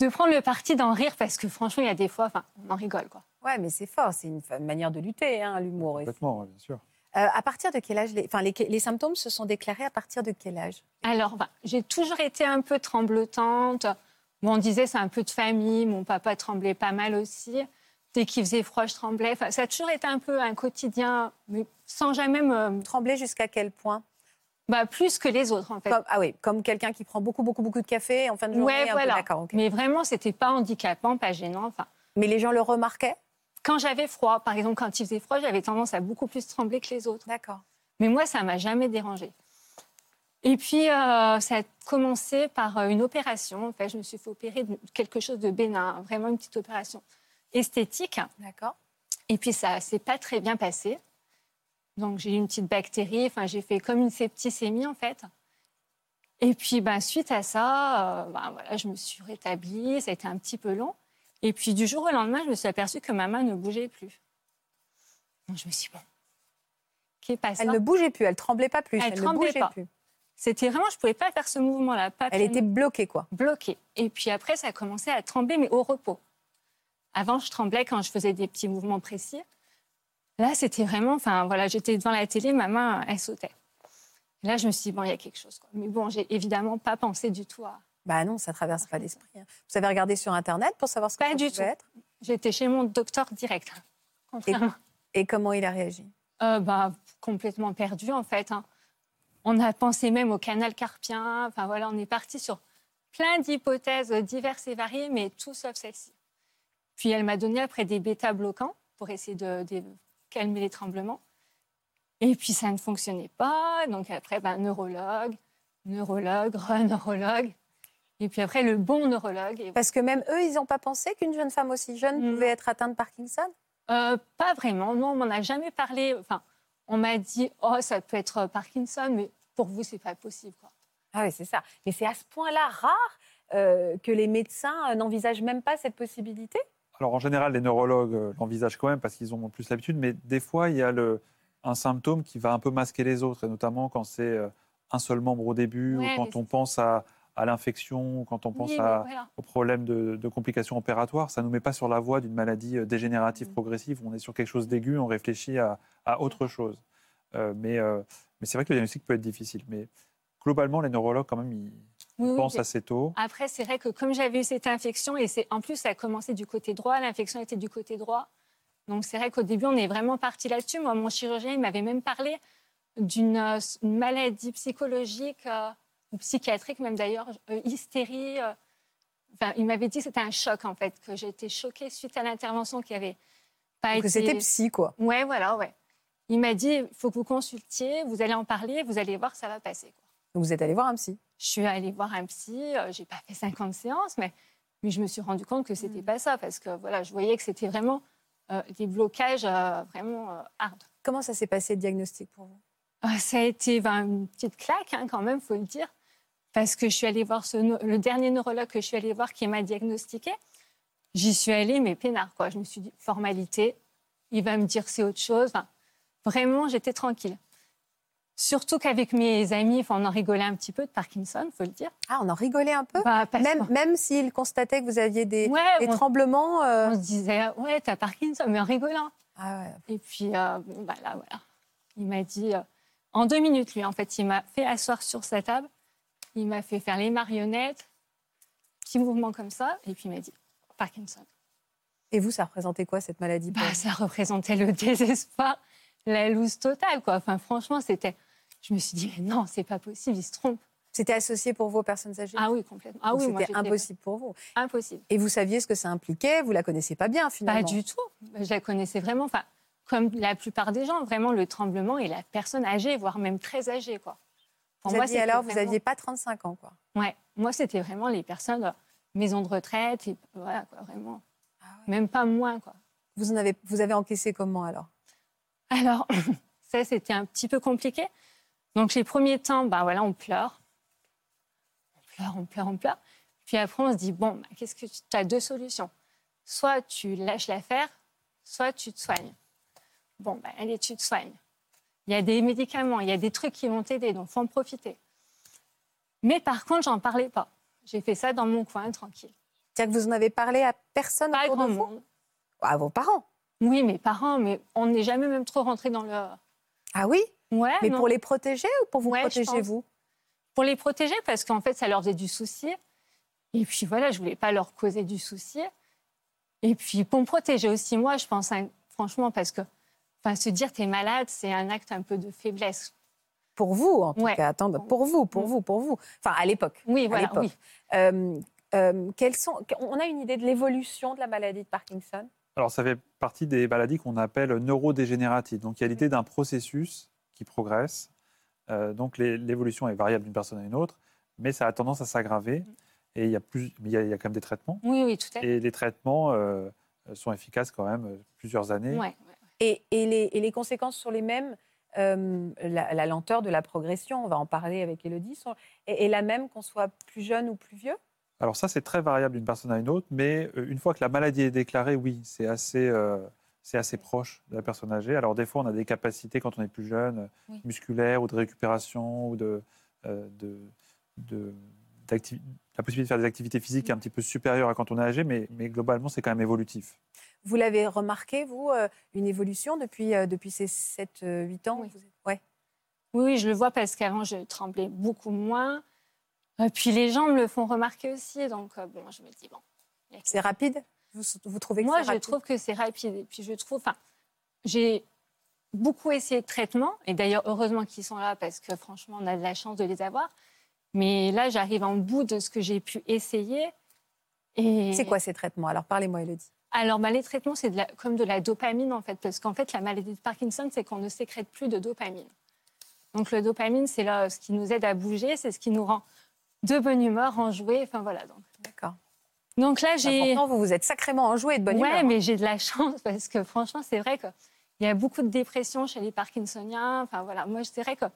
C: de prendre le parti d'en rire parce que franchement, il y a des fois, enfin, on en rigole, quoi.
A: Ouais, mais c'est fort. C'est une fa- manière de lutter, hein, l'humour. Et-
E: Complètement, ouais, bien sûr.
A: Euh, à partir de quel âge les, enfin, les, les symptômes se sont déclarés à partir de quel âge
C: Alors, enfin, j'ai toujours été un peu tremblotante. Bon, on disait c'est un peu de famille. Mon papa tremblait pas mal aussi. Dès qu'il faisait froid, je tremblais. Enfin, ça a toujours été un peu un quotidien, mais sans jamais me.
A: Trembler jusqu'à quel point
C: Bah, plus que les autres, en fait.
A: Comme- Ah oui, comme quelqu'un qui prend beaucoup, beaucoup, beaucoup de café en fin de journée.
C: Ouais,
A: un peu,
C: voilà.
A: D'accord. ok.
C: Mais vraiment, c'était pas handicapant, pas gênant. Enfin,
A: Mais les gens le remarquaient
C: quand j'avais froid, par exemple, quand il faisait froid, j'avais tendance à beaucoup plus trembler que les autres.
A: D'accord.
C: Mais moi, ça m'a jamais dérangée. Et puis, euh, ça a commencé par euh, une opération. En fait, je me suis fait opérer de quelque chose de bénin, hein, vraiment une petite opération esthétique.
A: D'accord.
C: Et puis, ça s'est pas très bien passé. Donc, j'ai eu une petite bactérie. Enfin, j'ai fait comme une septicémie, en fait. Et puis, ben, suite à ça, euh, ben, voilà, je me suis rétablie. Ça a été un petit peu long. Et puis, du jour au lendemain, je me suis aperçue que ma main ne bougeait plus. Donc, je me suis dit, bon, qu'est passé
A: Elle ne bougeait plus, elle tremblait pas plus.
C: Elle
A: Elle, ne
C: tremblait
A: bougeait
C: pas.
A: plus.
C: C'était vraiment, je pouvais pas faire ce mouvement-là. Pas
A: Elle était
C: pleinement.
A: bloquée, quoi.
C: bloquée. Et puis après, ça a commencé à trembler, mais au repos. Avant, je tremblais quand je faisais des petits mouvements précis. Là, c'était vraiment, enfin voilà, j'étais devant la télé, ma main, elle sautait. Et là, je me suis dit, bon, il y a quelque chose. quoi. Mais bon, j'ai évidemment pas pensé du tout à.
A: Bah non, ça traverse pas l'esprit. hein. Vous avez regardé sur Internet pour savoir ce que
C: Pas
A: ça
C: du
A: pouvait
C: tout.
A: être
C: J'étais chez mon docteur direct. hein.
A: Et-
C: Contrairement-
A: Et comment il a réagi
C: Euh, bah, complètement perdu en fait. hein. On a pensé même au canal carpien. Enfin voilà, on est parti sur plein d'hypothèses diverses et variées, mais tout sauf celle-ci. Puis elle m'a donné après des bêta bloquants pour essayer de, de calmer les tremblements. Et puis ça ne fonctionnait pas. Donc après, ben, neurologue, neurologue, neurologue. Et puis après, le bon neurologue. Et-
A: Parce que même eux, ils n'ont pas pensé qu'une jeune femme aussi jeune
C: Non.
A: pouvait être atteinte de Parkinson
C: Euh, pas vraiment. Non, on m'en a jamais parlé. Enfin, on m'a dit, oh, ça peut être euh, Parkinson, mais pour vous, c'est pas possible. quoi.
A: Ah oui, c'est ça. Mais c'est à ce point-là rare euh, que les médecins euh, n'envisagent même pas cette possibilité
E: Alors en général, les neurologues euh, l'envisagent quand même parce qu'ils ont plus l'habitude, mais des fois, il y a le, un symptôme qui va un peu masquer les autres, et notamment quand c'est euh, un seul membre au début,
C: Ouais,
E: ou
C: mais
E: quand on
C: c'est-
E: pense à, à l'infection, ou quand on pense
C: Oui, mais
E: à,
C: voilà.
E: aux problèmes de, de complications opératoires. Ça ne nous met pas sur la
C: Mm.
E: voie d'une maladie euh, dégénérative progressive. On est sur quelque chose d'aigu, on réfléchit à, à autre chose. Euh, mais euh, mais c'est vrai que le diagnostic peut être difficile. Mais globalement, les neurologues, quand même, ils
C: Oui, oui,
E: pensent
C: bien-
E: assez tôt.
C: Après, c'est vrai que comme j'avais eu cette infection, et c'est en plus, ça a commencé du côté droit, l'infection était du côté droit. Donc, c'est vrai qu'au début, on est vraiment parti là-dessus. Moi, mon chirurgien, il m'avait même parlé d'une euh, s- une maladie psychologique, euh, ou psychiatrique même d'ailleurs, euh, hystérie. euh. Enfin, il m'avait dit que c'était un choc, en fait, que j'étais choquée suite à l'intervention qui avait pas
G: Que
C: été...
G: c'était psy, quoi.
C: Ouais, voilà, ouais. Il m'a dit, il faut que vous consultiez, vous allez en parler, vous allez voir, ça va passer. quoi.
G: Donc vous êtes allé voir un psy.
C: Je suis allée voir un psy, euh, j'ai pas fait 50 séances, mais, mais je me suis rendu compte que c'était pas ça, parce que voilà, je voyais que c'était vraiment euh, des blocages euh, vraiment euh, hard.
G: Comment ça s'est passé le diagnostic pour vous
C: Euh, ça a été ben, une petite claque hein, quand même, faut le dire, parce que je suis allée voir ce neu- le dernier neurologue que je suis allée voir qui m'a diagnostiqué. J'y suis allée, mais peinard, quoi. Je me suis dit, formalité, il va me dire c'est autre chose. Enfin, vraiment, j'étais tranquille. Surtout qu'avec mes amis, enfin, on en rigolait un petit peu de Parkinson, faut le dire.
G: Ah, on en rigolait un peu
C: Bah, parce
G: Même,
C: qu'on-
G: même s'il constatait que vous aviez des,
C: ouais,
G: des
C: on,
G: tremblements. euh,
C: on se disait, ouais, t'as Parkinson, mais en rigolant.
G: Ah ouais.
C: Et puis, euh, bon, bah, là, voilà. Il m'a dit, euh, en deux minutes, lui, en fait, il m'a fait asseoir sur sa table, il m'a fait faire les marionnettes, petit mouvement comme ça, et puis il m'a dit, Parkinson.
G: Et vous, ça représentait quoi cette maladie pour
C: Bah,
G: vous
C: ça représentait le désespoir, la loose totale, quoi. Enfin, franchement, c'était. Je me suis dit, mais non, c'est pas possible, il se trompe.
G: C'était associé pour vous aux personnes âgées
C: Ah oui, complètement. Ah
G: Donc
C: oui, moi,
G: C'était
C: j'étais-
G: impossible pour vous.
C: Impossible.
G: Et vous saviez ce que ça impliquait, vous la connaissez pas bien finalement.
C: Pas du tout. Je la connaissais vraiment. Enfin, comme la plupart des gens, vraiment, le tremblement et la personne âgée, voire même très âgée, quoi.
G: Vous
C: Pour moi,
G: aviez
C: c'était
G: alors, vous
C: vraiment-
G: aviez pas 35 ans quoi.
C: Ouais, moi c'était vraiment les personnes euh, maison de retraite et voilà quoi, vraiment. Même pas moins quoi.
G: Vous en avez, vous avez encaissé comment alors
C: Alors ça c'était un petit peu compliqué. Donc les premiers temps, bah voilà, on pleure, on pleure, on pleure, on pleure. Puis après on se dit bon, bah, qu'est-ce que tu as deux solutions Soit tu lâches l'affaire, soit tu te soignes. Bon, bah, allez, tu te soignes. Il y a des médicaments, il y a des trucs qui vont t'aider, donc faut en profiter. Mais par contre, j'en parlais pas. J'ai fait ça dans mon coin, tranquille.
G: C'est-à-dire que vous en avez parlé à personne
C: Pas
G: autour
C: grand
G: de vous
C: monde.
G: À vos parents
C: Oui, mes parents, mais on n'est jamais même trop rentré dans le.
G: Ah oui
C: Ouais,
G: Mais
C: non.
G: pour les protéger ou pour vous
C: Ouais, je
G: protéger
C: pense.
G: vous
C: Pour les protéger, parce qu'en fait, ça leur faisait du souci. Et puis voilà, je voulais pas leur causer du souci. Et puis pour me protéger aussi, moi, je pense, hein, franchement, parce que enfin, se dire t'es malade, c'est un acte un peu de faiblesse.
G: Pour vous en tout
C: Ouais.
G: cas, attendre. Pour vous, pour
C: Mm.
G: vous, pour vous. Enfin à l'époque.
C: Oui, voilà,
G: l'époque.
C: oui.
G: Euh, euh, quels sont... On a une idée de l'évolution de la maladie de Parkinson
E: Alors, ça fait partie des maladies qu'on appelle neurodégénératives. Donc, il y a l'idée d'un processus qui progresse. Euh, donc, les- l'évolution est variable d'une personne à une autre, mais ça a tendance à s'aggraver. Et il y, a plus, mais il, y a, il y a quand même des traitements.
C: Oui, oui, tout à fait.
E: Et les traitements euh, sont efficaces quand même euh, plusieurs années.
C: Ouais.
A: Et, et les, et les conséquences sont les mêmes. euh, la, la lenteur de la progression, on va en parler avec Elodie, sont, est, est la même qu'on soit plus jeune ou plus vieux.
E: Alors ça, c'est très variable d'une personne à une autre, mais euh, une fois que la maladie est déclarée, oui, c'est assez, euh, c'est assez proche de la personne âgée. Alors des fois, on a des capacités quand on est plus jeune, euh,
C: Oui.
E: musculaires ou de récupération, ou de, euh, de, de- d'acti- la possibilité de faire des activités physiques un petit peu supérieures à quand on est âgé, mais, mais globalement, c'est quand même évolutif.
A: Vous l'avez remarqué, vous, euh, une évolution depuis, euh, depuis ces 7-8 ans
C: Oui.
A: vous êtes- ouais.
C: Oui, oui, je le vois parce qu'avant, je tremblais beaucoup moins. Et puis les gens me le font remarquer aussi. Donc, euh, bon, je me dis, bon. il y a
A: C'est rapide vous, vous trouvez que
C: Moi,
A: c'est
C: je
A: rapide
C: trouve que c'est rapide. Et puis, je trouve. Enfin, j'ai beaucoup essayé de traitements. Et d'ailleurs, heureusement qu'ils sont là parce que, franchement, on a de la chance de les avoir. Mais là, j'arrive en bout de ce que j'ai pu essayer. Et...
A: C'est quoi ces traitements Alors parlez-moi, Elodie.
C: Alors, bah, les traitements, c'est de la- comme de la dopamine, en fait, parce qu'en fait, la maladie de Parkinson, c'est qu'on ne sécrète plus de dopamine. Donc, le dopamine, c'est là ce qui nous aide à bouger, c'est ce qui nous rend de bonne humeur, enjoué. Enfin, voilà. Donc,
A: D'accord.
C: donc là,
A: C'est
C: j'ai.
A: important, vous vous êtes sacrément enjoué et de bonne
C: ouais,
A: humeur. hein.
C: mais j'ai de la chance parce que franchement, c'est vrai qu'il y a beaucoup de dépression chez les Parkinsoniens. Enfin voilà, moi, c'est vrai que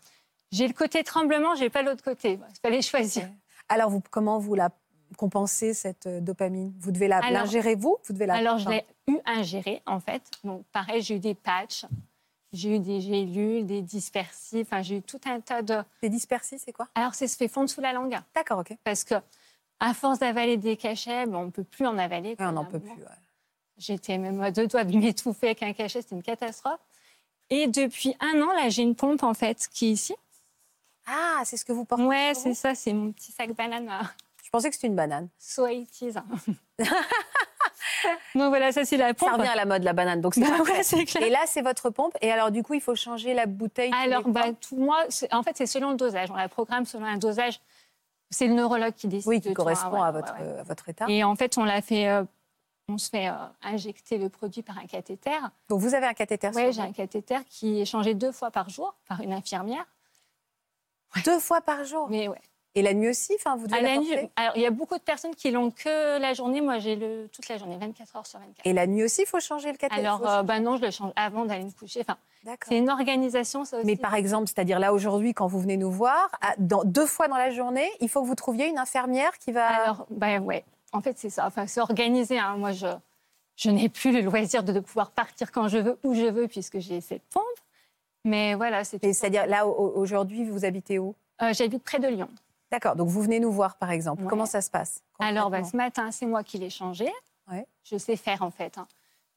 C: j'ai le côté tremblement, j'ai pas l'autre côté. Il fallait choisir.
A: Alors, vous, comment vous la compensez, cette euh, dopamine Vous devez la
C: Alors-
A: l'ingérer, vous Vous devez la...
C: Alors, je
A: enfin,
C: l'ai eu ingéré, en fait. Donc, pareil, j'ai eu des patchs, j'ai eu des gélules, des dispersifs, enfin, j'ai eu tout un tas de.
A: Les dispersis, c'est quoi
C: Alors, c'est se fait fondre sous la langue hein,
A: D'accord, ok. Ouais,
C: parce que, à force d'avaler des cachets, ben, on ne peut plus en avaler. quoi,
A: on
C: il y a
A: n'en
C: un
A: peut
C: moment.
A: plus. ouais.
C: J'étais même à deux doigts de m'étouffer avec un cachet, c'était une catastrophe. Et depuis un an, là, j'ai une pompe, en fait, qui est ici.
A: Ah, c'est ce que vous portez.
C: Ouais,
A: sur
C: c'est
A: vous
C: ça, c'est mon petit sac banane. euh,
A: Je pensais que c'était une banane.
C: So 80s. Donc voilà, ça, c'est la pompe.
A: Ça revient à la mode, la banane. Donc c'est
C: Bah
A: parfait.
C: ouais, c'est clair.
A: Et là, c'est votre pompe. Et alors, du coup, il faut changer la bouteille. tous
C: Alors,
A: les
C: bah,
A: temps.
C: tout, moi, c'est- en fait, c'est selon le dosage. On la programme selon un dosage. C'est le neurologue qui décide.
A: oui,
C: de
A: qui
C: tout, hein,
A: correspond
C: voilà,
A: à,
C: ouais,
A: votre,
C: ouais.
A: euh, à votre état.
C: Et en fait, on la fait, euh, on se fait euh, injecter le produit par un cathéter.
A: Donc, vous avez un cathéter sur
C: Oui, j'ai
A: vous.
C: un cathéter qui est changé deux fois par jour par une infirmière.
A: deux fois par jour.
C: Mais ouais.
A: Et la nuit aussi, enfin, Oh, vous devez
C: À
A: la
C: la nuit,
A: porter.
C: alors il y a beaucoup de personnes qui l'ont que la journée. Moi, j'ai le toute la journée, 24 heures sur 24.
A: Et la nuit aussi, il faut changer le cathéter.
C: Alors,
A: Faut
C: euh,
A: changer-
C: bah non, je le change avant d'aller me coucher. Enfin,
A: D'accord.
C: c'est une organisation, ça aussi.
A: Mais par exemple, c'est-à-dire là aujourd'hui, quand vous venez nous voir, à- dans, deux fois dans la journée, il faut que vous trouviez une infirmière qui va.
C: Alors, bah ouais. En fait, c'est ça. Enfin, c'est organisé. hein. Moi, je, je n'ai plus le loisir de, de pouvoir partir quand je veux, où je veux, puisque j'ai cette pompe. Mais voilà, c'est
A: Mais
C: tout.
A: c'est-à-dire là au- au- aujourd'hui, vous habitez où
C: Euh, J'habite près de Lyon.
A: D'accord. Donc vous venez nous voir, par exemple.
C: Ouais.
A: Comment ça se passe
C: Alors, bah,
A: concrètement
C: ce matin, c'est moi qui l'ai changé.
A: Ouais.
C: Je sais faire, en fait. hein.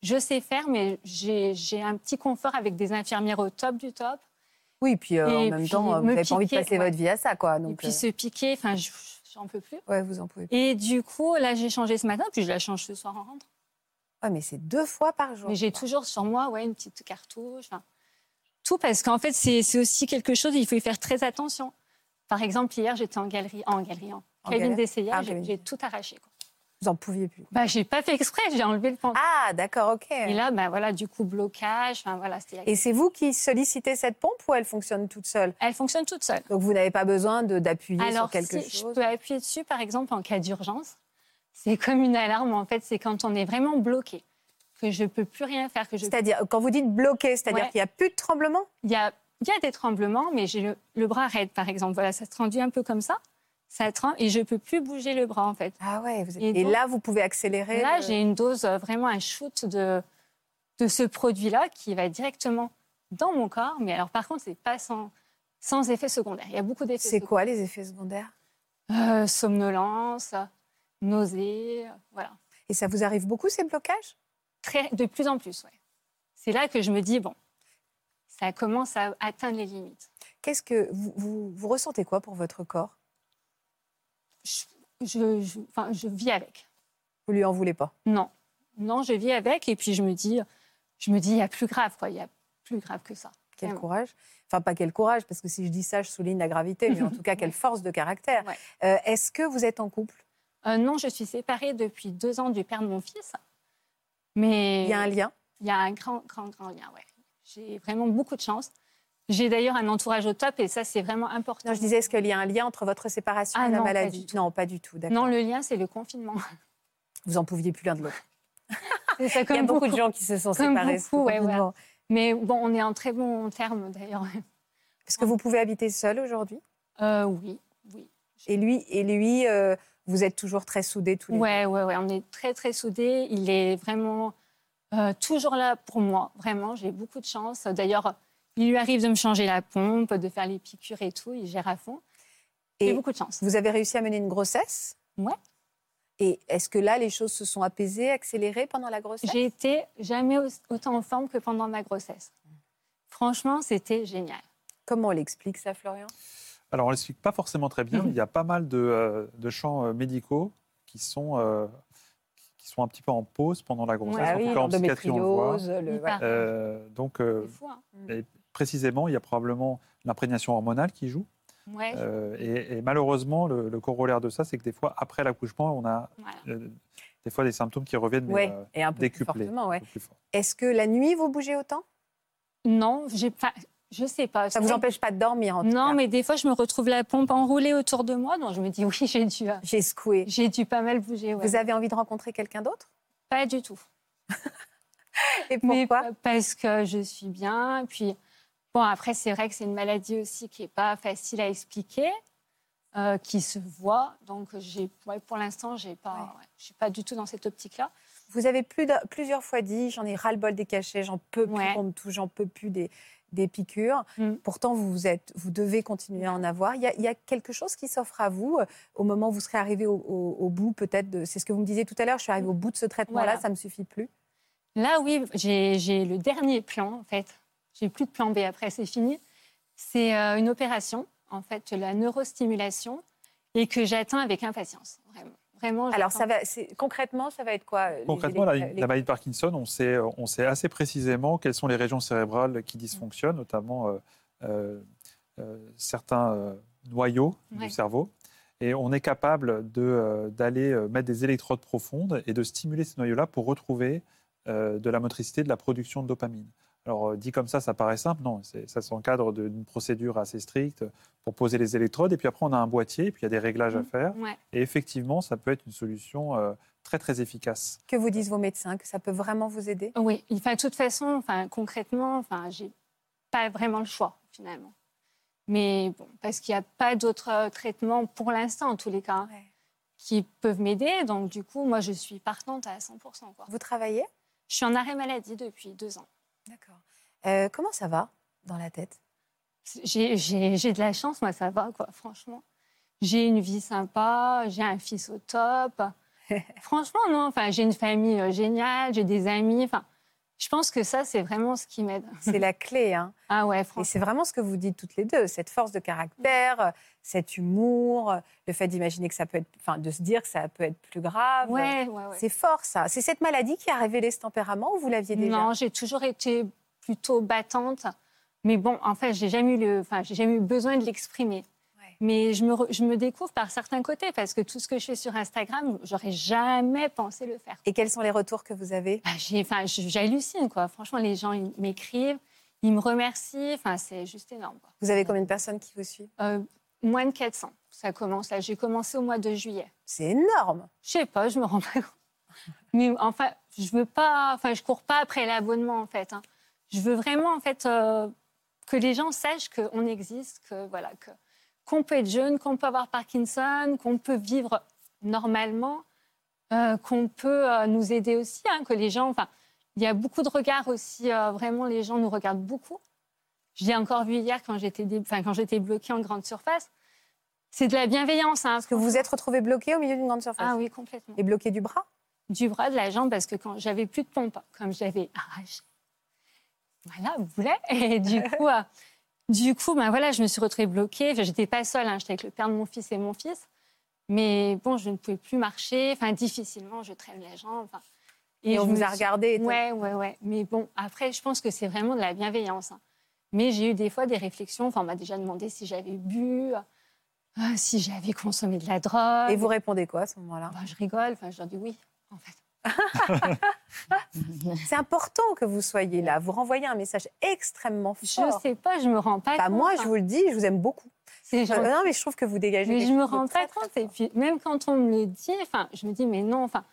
C: Je sais faire, mais j'ai j'ai un petit confort avec des infirmières au top du top.
A: Oui, puis euh, en
C: et
A: même
C: puis
A: temps, euh, vous
C: me
A: n'avez pas envie de
C: piquer,
A: passer
C: ouais.
A: votre vie à ça, quoi. Donc,
C: et puis
A: euh,
C: se piquer, enfin, je- j'en peux plus.
A: ouais, vous en pouvez. plus.
C: Et du coup, là, j'ai changé ce matin, puis je la change ce soir en rentrant.
A: Ouais, mais c'est deux fois par jour.
C: Mais j'ai toujours sur moi ouais, une petite cartouche. enfin, Tout parce qu'en fait, c'est c'est aussi quelque chose, il faut y faire très attention. Par exemple, hier, j'étais en galerie, en galerie, en,
A: En
C: cabine
A: galère.
C: d'essayage,
A: Ah, cabine.
C: j'ai tout arraché. Quoi.
A: Vous en pouviez plus.
C: Bah, j'ai pas fait exprès, j'ai enlevé le pantalon.
A: Ah, d'accord, ok.
C: Et
A: Et,
C: là, bah, voilà, du coup, blocage. enfin, Voilà, c'était-
A: c'est vous qui sollicitez cette pompe ou elle fonctionne toute seule
C: Elle fonctionne toute seule.
A: Donc vous n'avez pas besoin de- d'appuyer sur
C: Alors,
A: quelque
C: si
A: chose.
C: je peux appuyer dessus, par exemple, en cas d'urgence, c'est comme une alarme, en fait, c'est quand on est vraiment bloqué, que je peux plus rien faire, que je
A: C'est-à-dire, quand vous dites bloqué, c'est-à-dire
C: Ouais.
A: qu'il n'y a plus de tremblement
C: Il y a, il y a des tremblements, mais j'ai le, le bras raide, par exemple. Voilà, ça se traduit un peu comme ça. Ça tremble et je peux plus bouger le bras, en fait.
A: Ah ouais, vous êtes-
C: Et
A: et,
C: donc-
A: là, vous pouvez accélérer.
C: Là,
A: le-
C: j'ai une dose, euh, vraiment un shoot de, de ce produit-là qui va directement dans mon corps. Mais alors, par contre, c'est pas sans, sans effet secondaire. Il y a beaucoup d'effets
A: C'est
C: secondaires.
A: quoi les effets secondaires
C: Euh, somnolence, nausée, euh, voilà.
A: Et ça vous arrive beaucoup, ces blocages
C: Très, de plus en plus, ouais. C'est là que je me dis, bon, ça commence à atteindre les limites.
A: Qu'est-ce que vous, vous- vous ressentez quoi pour votre corps
C: Je, je, je- enfin, je vis avec.
A: Vous lui en voulez pas
C: Non, non, je vis avec et puis je me dis, je me dis, il y a plus grave, quoi. Il y a plus grave que ça.
A: Quel
C: Vraiment.
A: courage. Enfin, pas quel courage, parce que si je dis ça, je souligne la gravité, mais en tout cas, quelle force de caractère.
C: Ouais.
A: Euh, Est-ce que vous êtes en couple
C: Euh, non, je suis séparée depuis deux ans du père de mon fils, mais
A: Il y a un lien
C: il y a un grand, grand, grand lien. Ouais. J'ai vraiment beaucoup de chance. J'ai d'ailleurs un entourage au top et ça, c'est vraiment important.
A: Non, je disais, est-ce qu'il y a un lien entre votre séparation
C: Ah
A: et la
C: non, pas
A: maladie
C: du tout.
A: Non, pas du tout, d'accord.
C: Non, le lien, c'est le confinement.
A: Vous en pouviez plus l'un de l'autre.
C: C'est ça,
A: Il y a
C: comme
A: beaucoup de
C: beaucoup.
A: gens qui se sont
C: Comme
A: séparés.
C: beaucoup, ouais,
A: complètement.
C: Mais bon, on est en très bon terme d'ailleurs.
A: Parce que vous pouvez habiter seul aujourd'hui.
C: Euh, oui, oui.
A: Et lui, et lui euh, vous êtes toujours très soudés tous les deux.
C: Ouais, ouais, ouais, on est très, très soudés. Il est vraiment euh, toujours là pour moi, vraiment. J'ai beaucoup de chance. D'ailleurs, il lui arrive de me changer la pompe, de faire les piqûres et tout. Il gère à fond.
A: Et-
C: J'ai beaucoup de chance.
A: Vous avez réussi à mener une grossesse
C: Ouais.
A: Et est-ce que là, les choses se sont apaisées, accélérées pendant la grossesse
C: J'ai été jamais au- autant en forme que pendant ma grossesse. Franchement, c'était génial.
A: Comment on l'explique ça, Florian
E: Alors, on ne l'explique pas forcément très bien.
C: Mhm.
E: Il y a pas mal de, euh, de champs euh, médicaux qui sont, euh, qui sont un petit peu en pause pendant la grossesse.
C: Ah
E: en
C: oui,
E: tout cas, en psychiatrie, on le voit.
A: l'endométriose, le-
C: Il
A: voilà.
C: part.
E: Euh, donc, euh,
C: C'est fou, hein.
E: précisément, il y a probablement l'imprégnation hormonale qui joue.
C: Ouais,
E: Euh, et, et malheureusement, le, le corollaire de ça, c'est que des fois, après l'accouchement, on a
C: voilà.
E: euh, des fois des symptômes qui reviennent mais,
A: Ouais,
E: euh,
A: et un peu plus
E: décuplés.
A: fortement, ouais.
E: un peu plus fort.
A: Est-ce que la nuit, vous bougez autant
C: Non, j'ai pas. Je sais pas.
A: Ça vous empêche pas de dormir, en tout
C: Non,
A: cas.
C: mais des fois, je me retrouve la pompe enroulée autour de moi. Donc, je me dis, oui, j'ai dû, euh,
A: J'ai secoué.
C: j'ai dû pas mal bouger. ouais.
A: Vous avez envie de rencontrer quelqu'un d'autre
C: Pas du tout.
A: Et
C: Mais
A: pourquoi
C: pa- Parce que je suis bien. Puis, bon, après, c'est vrai que c'est une maladie aussi qui n'est pas facile à expliquer, euh, qui se voit. Donc, j'ai, ouais, pour l'instant, je n'ai pas, ouais, je suis pas du tout dans cette optique-là.
A: Vous avez plus d'un- plusieurs fois dit j'en ai ras-le-bol des cachets, j'en peux plus,
C: Ouais.
A: on me touche, j'en peux plus des, des piqûres.
C: Mm.
A: Pourtant, vous, êtes, vous devez continuer à en avoir. Il y a, il y a quelque chose qui s'offre à vous euh, au moment où vous serez arrivé au, au- au bout, peut-être. de- C'est ce que vous me disiez tout à l'heure je suis arrivée au bout de ce traitement-là,
C: Voilà.
A: ça ne me suffit plus.
C: Là, oui, j'ai, j'ai le dernier plan, en fait. j'ai plus de plan B après, c'est fini. C'est euh, une opération, en fait, de la neurostimulation et que j'attends avec impatience, vraiment. Vraiment,
H: Alors,
C: j'attends.
H: ça va, c'est- concrètement, ça va être quoi
A: euh,
H: les-
E: Concrètement, la,
H: les- les-
E: la maladie de Parkinson, on sait, on sait assez précisément quelles sont les régions cérébrales qui dysfonctionnent, notamment euh, euh, euh, certains euh, noyaux
C: Ouais.
E: du cerveau. Et on est capable de, euh, d'aller euh, mettre des électrodes profondes et de stimuler ces noyaux-là pour retrouver euh, de la motricité, de la production de dopamine. Alors, euh, dit comme ça, ça paraît simple. Non, c'est- ça s'encadre de- d'une procédure assez stricte pour poser les électrodes. Et puis après, on a un boîtier, et puis il y a des réglages
H: Mmh.
E: à faire.
C: Ouais.
E: Et effectivement, ça peut être une solution euh, très, très efficace.
A: Que vous disent vos médecins Que ça peut vraiment vous aider
C: Oui, enfin, de toute façon, enfin, concrètement, enfin, j'ai pas vraiment le choix, finalement. Mais bon, parce qu'il n'y a pas d'autres euh, traitements pour l'instant, en tous les cas,
A: Ouais.
C: qui peuvent m'aider. Donc, du coup, moi, je suis partante à 100%. Quoi.
A: Vous travaillez
C: Je suis en arrêt maladie depuis deux ans.
A: D'accord. Euh, comment ça va dans la tête
C: J'ai- J'ai j'ai de la chance, moi, ça va, quoi, franchement. J'ai une vie sympa, j'ai un fils au top. franchement, non, enfin, j'ai une famille euh, géniale, j'ai des amis. Enfin, je pense que ça, c'est vraiment ce qui m'aide.
A: C'est la clé, hein.
C: Ah ouais,
A: Et
C: franchement. Mm.
A: c'est vraiment ce que vous dites toutes les deux, cette force de caractère, cet humour, le fait d'imaginer que ça peut être, enfin, de se dire que ça peut être plus grave.
C: Ouais, ouais, ouais.
A: C'est fort, ça. C'est cette maladie qui a révélé ce tempérament ou vous l'aviez déjà
C: Non, j'ai toujours été plutôt battante. Mais bon, en fait, j'ai jamais eu le, enfin, j'ai jamais eu besoin de l'exprimer.
A: Ouais.
C: Mais je me, re- je me découvre par certains côtés parce que tout ce que je fais sur Instagram, j'aurais jamais pensé le faire.
A: Et quels sont les retours que vous avez
C: Bah, j'ai- enfin, je- j'hallucine quoi. Franchement, les gens ils m'écrivent, ils me remercient. Enfin, c'est juste énorme. quoi.
A: Vous avez combien de personnes qui vous suivent
C: Euh, moins de 400. Ça commence là. J'ai commencé au mois de juillet.
A: C'est énorme.
C: Je sais pas, je me rends pas compte. Mais enfin, je veux pas, enfin, je cours pas après l'abonnement en fait. hein. Je veux vraiment en fait euh, que les gens sachent qu'on existe, que voilà, que qu'on peut être jeune, qu'on peut avoir Parkinson, qu'on peut vivre normalement, euh, qu'on peut euh, nous aider aussi, hein, que les gens, enfin, il y a beaucoup de regards aussi. euh, vraiment, les gens nous regardent beaucoup. Je l'ai encore vu hier quand j'étais, dé- enfin, quand j'étais bloquée en grande surface. C'est de la bienveillance, hein, parce
A: Que vous vous êtes retrouvé bloqué au milieu d'une grande surface
C: ah oui, complètement.
A: Et bloqué du bras
C: Du bras, de la jambe, parce que quand j'avais plus de pompe, comme je l'avais arraché, voilà, boulet. Et du coup, euh, du coup ben voilà, je me suis retrouvée bloquée. Enfin, J'étais pas seule, hein, j'étais avec le père de mon fils et mon fils. Mais bon, je ne pouvais plus marcher. Enfin, difficilement, je traîne la jambe. Enfin,
A: Et, on
C: je
A: vous
C: me
A: a
C: suis-
A: regardé. étonné.
C: Ouais, ouais, ouais. Mais bon, après, je pense que c'est vraiment de la bienveillance. hein. Mais j'ai eu des fois des réflexions. Enfin, on m'a déjà demandé si j'avais bu, euh, si j'avais consommé de la drogue.
A: Et vous répondez quoi à ce moment-là
C: Bah, je rigole, enfin, je leur dis oui, en fait.
A: C'est important que vous soyez là. Vous renvoyez un message extrêmement
C: Je
A: fort.
C: sais pas, je me rends pas
A: Oh. Bah,
C: compte.
A: moi,
C: hein.
A: je vous le dis, je vous aime beaucoup.
C: C'est
A: Euh,
C: gentil,
A: non, mais je trouve que vous dégagez.
C: mais
A: quelque
C: je me
A: chose de
C: rends
A: très,
C: pas
A: très
C: compte. Et
A: fort.
C: puis, même quand on me le dit, enfin, je me dis, mais non, enfin,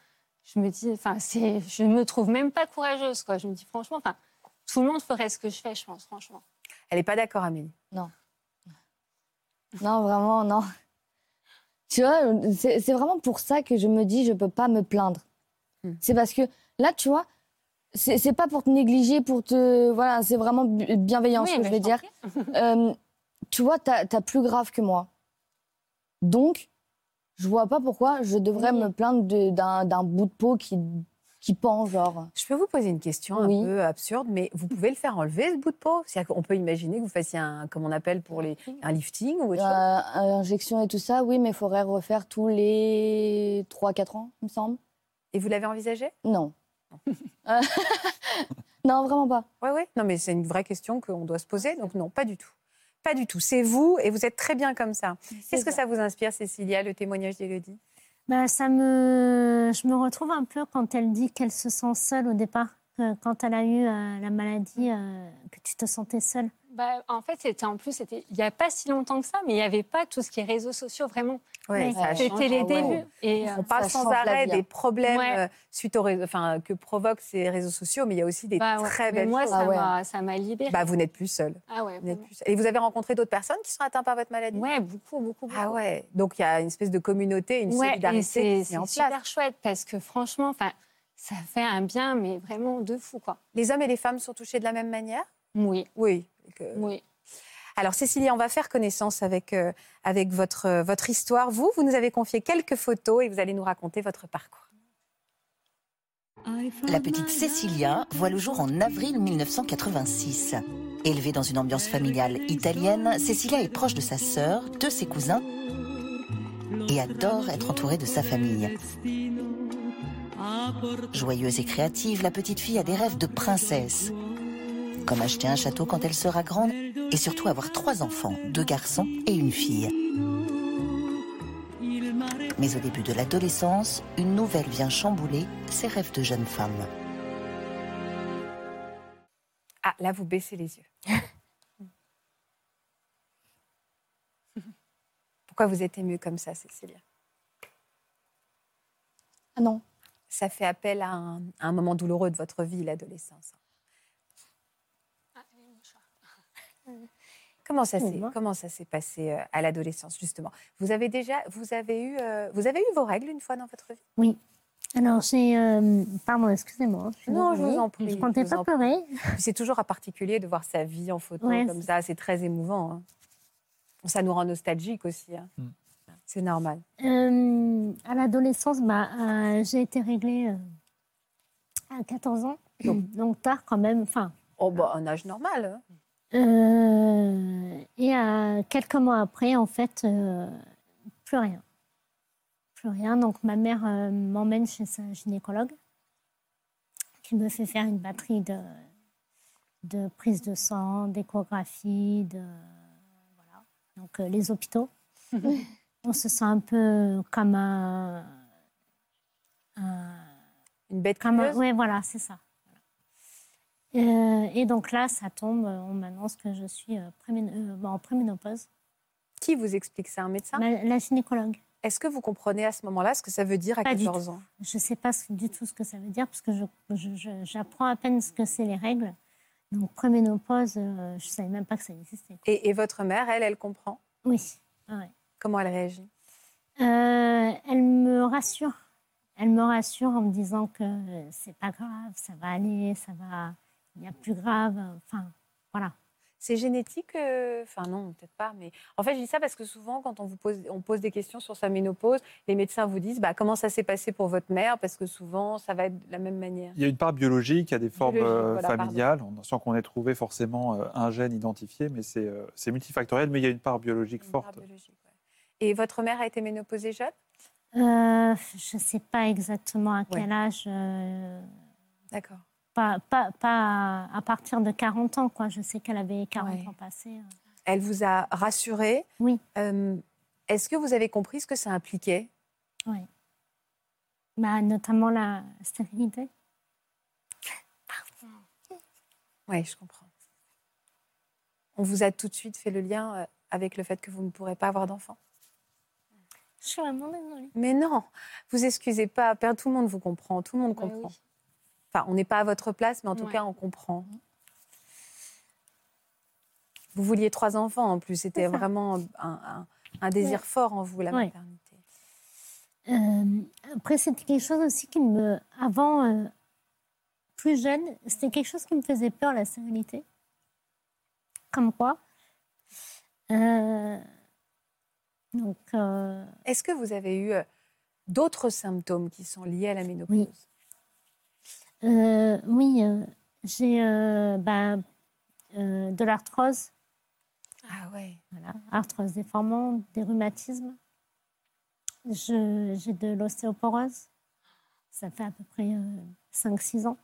C: je me dis, enfin, c'est, je me trouve même pas courageuse, quoi. Je me dis, franchement, enfin, tout le monde ferait ce que je fais, je pense, franchement.
A: Elle n'est pas d'accord, Amélie.
B: Non, vraiment, non. Tu vois, c'est c'est vraiment pour ça que je me dis, je peux pas me plaindre.
A: Hmm.
B: C'est parce que là, tu vois, c'est c'est pas pour te négliger, pour te. Voilà, c'est vraiment bi- bienveillance
C: Oui,
B: que
C: mais
B: je vais
C: t'en
B: dire.
C: prie.
B: Euh, tu vois, t'as as plus grave que moi. Donc, je vois pas pourquoi je devrais
C: Oui.
B: me plaindre de- d'un d'un bout de peau qui, qui pend, genre.
A: Je peux vous poser une question
B: Oui.
A: un peu absurde, mais vous pouvez le faire enlever ce bout de peau C'est-à-dire qu'on peut imaginer que vous fassiez un, comme on appelle pour les, un lifting ou autre
B: Euh,
A: chose.
B: injection et tout ça, oui, mais il faudrait refaire tous les 3-4 ans, il me semble.
A: Et vous l'avez envisagé
B: Non. Euh, non, vraiment pas.
A: Oui, oui. Non, mais c'est une vraie question qu'on doit se poser. Donc non, pas du tout. Pas du tout. C'est vous et vous êtes très bien comme ça. Qu'est-ce que ça vous inspire, Cécilia, le témoignage d'Élodie
D: Ben, ça me... Je me retrouve un peu quand elle dit qu'elle se sent seule au départ, que quand elle a eu euh, la maladie, euh, que tu te sentais seule.
C: Bah, en fait, c'était en plus, c'était il n'y a pas si longtemps que ça, mais il n'y avait pas tout ce qui est réseaux sociaux, vraiment.
A: Ouais,
D: Oui.
A: ça change.
C: C'était les
B: ah ouais.
C: débuts. Et, euh,
A: On parle
B: Ça
A: sans
B: change la
A: arrêt
B: vie, hein.
A: des problèmes
C: Ouais.
A: euh, suite aux réseaux- enfin, que provoquent ces réseaux sociaux, mais il y a aussi des
C: bah, ouais.
A: très
C: Mais
A: belles
C: moi,
A: choses.
C: ça
B: Ah ouais.
C: m'a- ça m'a libérée.
A: Bah, vous n'êtes plus seul.
C: ah ouais,
A: Vous n'êtes
C: vraiment.
A: plus seul. Et vous avez rencontré d'autres personnes qui sont atteintes par votre maladie
C: ouais, beaucoup, beaucoup, beaucoup.
A: Ah ouais, donc il y a une espèce de communauté, une
C: Ouais, et
A: solidarité
C: c'est
A: qui se met en
C: c'est
A: place.
C: super chouette parce que franchement, enfin, ça fait un bien, mais vraiment de fou, quoi.
A: Les hommes et les femmes sont touchés de la même manière
C: Oui,
A: Oui. Donc, euh,
C: oui.
A: Alors Cécilie, on va faire connaissance avec, euh, avec votre, euh, votre histoire. Vous, vous nous avez confié quelques photos et vous allez nous raconter votre parcours.
F: La petite Cécilia voit le jour en avril 1986.
I: Élevée dans une ambiance familiale italienne, Cecilia est proche de sa sœur, de ses cousins et adore être entourée de sa famille. Joyeuse et créative, la petite fille a des rêves de princesse, comme acheter un château quand elle sera grande et surtout avoir trois enfants, deux garçons et une fille. Mais au début de l'adolescence, une nouvelle vient chambouler ses rêves de jeune femme.
A: Ah, là, vous baissez les yeux. Pourquoi vous êtes émue comme ça, Cécilia
B: Ah non.
A: Ça fait appel à un, à un moment douloureux de votre vie, l'adolescence. Comment ça s'est
D: Dis-moi.
A: comment ça s'est passé euh, à l'adolescence justement Vous avez déjà vous avez eu euh, vous avez eu vos règles une fois dans votre vie
D: Alors, j'ai. euh, pardon, excusez-moi. suis
A: Non, je
D: désolée.
A: vous en prie.
D: Je ne comptais
A: je vous
D: pas
A: en prie.
D: pleurer.
A: C'est toujours à particulier de voir sa vie en photo
D: Ouais,
A: comme
D: c'est-
A: ça, c'est très émouvant. hein. Ça nous rend nostalgique aussi. hein.
E: Mm.
A: C'est normal.
D: Euh, à l'adolescence, bah, euh, j'ai été réglée euh, à 14 ans, donc, tard quand même. Enfin,
A: Oh bah un âge normal. hein.
D: euh, et euh, quelques mois après, en fait, euh, plus rien. Plus rien. Donc ma mère euh, m'emmène chez sa gynécologue, qui me fait faire une batterie de, de prise de sang, d'échographie, de voilà. Donc euh, les hôpitaux. On se sent un peu comme un- un
A: Une bête
D: comme un-
A: curieuse.
D: ouais, voilà, c'est ça. Voilà. Euh, et donc là, ça tombe, euh, on m'annonce que je suis euh, prémén- euh, bon, en préménopause.
A: Qui vous explique ça Un médecin
D: La, la gynécologue,
A: Est-ce que vous comprenez à ce moment-là ce que ça veut dire à
D: Pas du
A: 14 ans
D: je ne sais pas ce- du tout ce que ça veut dire parce que je- je- je- j'apprends à peine ce que c'est les règles. Donc préménopause, euh, je ne savais même pas que ça existait.
A: et, et votre mère, elle, elle comprend
D: Oui, ouais.
A: Comment elle réagit
D: Euh, elle me rassure. Elle me rassure en me disant que euh, c'est pas grave, ça va aller, ça va, il y a plus grave. Enfin, voilà.
A: C'est génétique euh, Enfin non, peut-être pas. Mais en fait, je dis ça parce que souvent, quand on vous pose, on pose des questions sur sa ménopause, les médecins vous disent bah, comment ça s'est passé pour votre mère, parce que souvent, ça va être de la même manière.
E: Il y a une part biologique, il y a des formes
A: Biologique,
E: euh,
A: voilà, pardon.
E: familiales, on- sans qu'on ait trouvé forcément euh, un gène identifié, mais c'est euh, c'est multifactoriel, mais il y a une part biologique
A: Une part
E: forte.
A: biologique, ouais. Et votre mère a été ménopausée jeune
D: Euh, je ne sais pas exactement à
A: Ouais.
D: quel âge. euh,
A: D'accord.
D: pas, pas, pas à partir de 40 ans, quoi. Je sais qu'elle avait 40
A: Ouais.
D: ans passés. euh.
A: Elle vous a rassuré
D: Oui.
A: Euh, Est-ce que vous avez compris ce que ça impliquait
D: Bah, notamment la stérilité.
A: Oui, je comprends. On vous a tout de suite fait le lien euh, avec le fait que vous ne pourrez pas avoir d'enfant.
D: Je suis vraiment désolée.
A: Mais non, vous excusez pas. Père, tout le monde vous comprend. Tout le
D: Bah
A: monde
C: Ouais,
A: comprend.
C: oui.
A: Enfin, on n'est pas à votre place, mais en tout
C: Ouais.
A: cas, on comprend.
D: Mhm.
A: Vous vouliez trois enfants en plus. C'était
D: C'est ça.
A: vraiment un, un- un désir fort en vous, la
D: Ouais.
A: maternité.
D: Euh, après, c'était quelque chose aussi qui me. Avant, euh, plus jeune, c'était quelque chose qui me faisait peur, la stérilité. Comme quoi. Euh, donc, euh,
A: Est-ce que vous avez eu euh, d'autres symptômes qui sont liés à la ménopause
D: Euh, oui, euh, j'ai euh, bah, euh, de l'arthrose,
A: Ah ouais.
D: voilà, arthrose déformante, des rhumatismes. Je- J'ai de l'ostéoporose. Ça fait à peu près euh, 5-6 ans.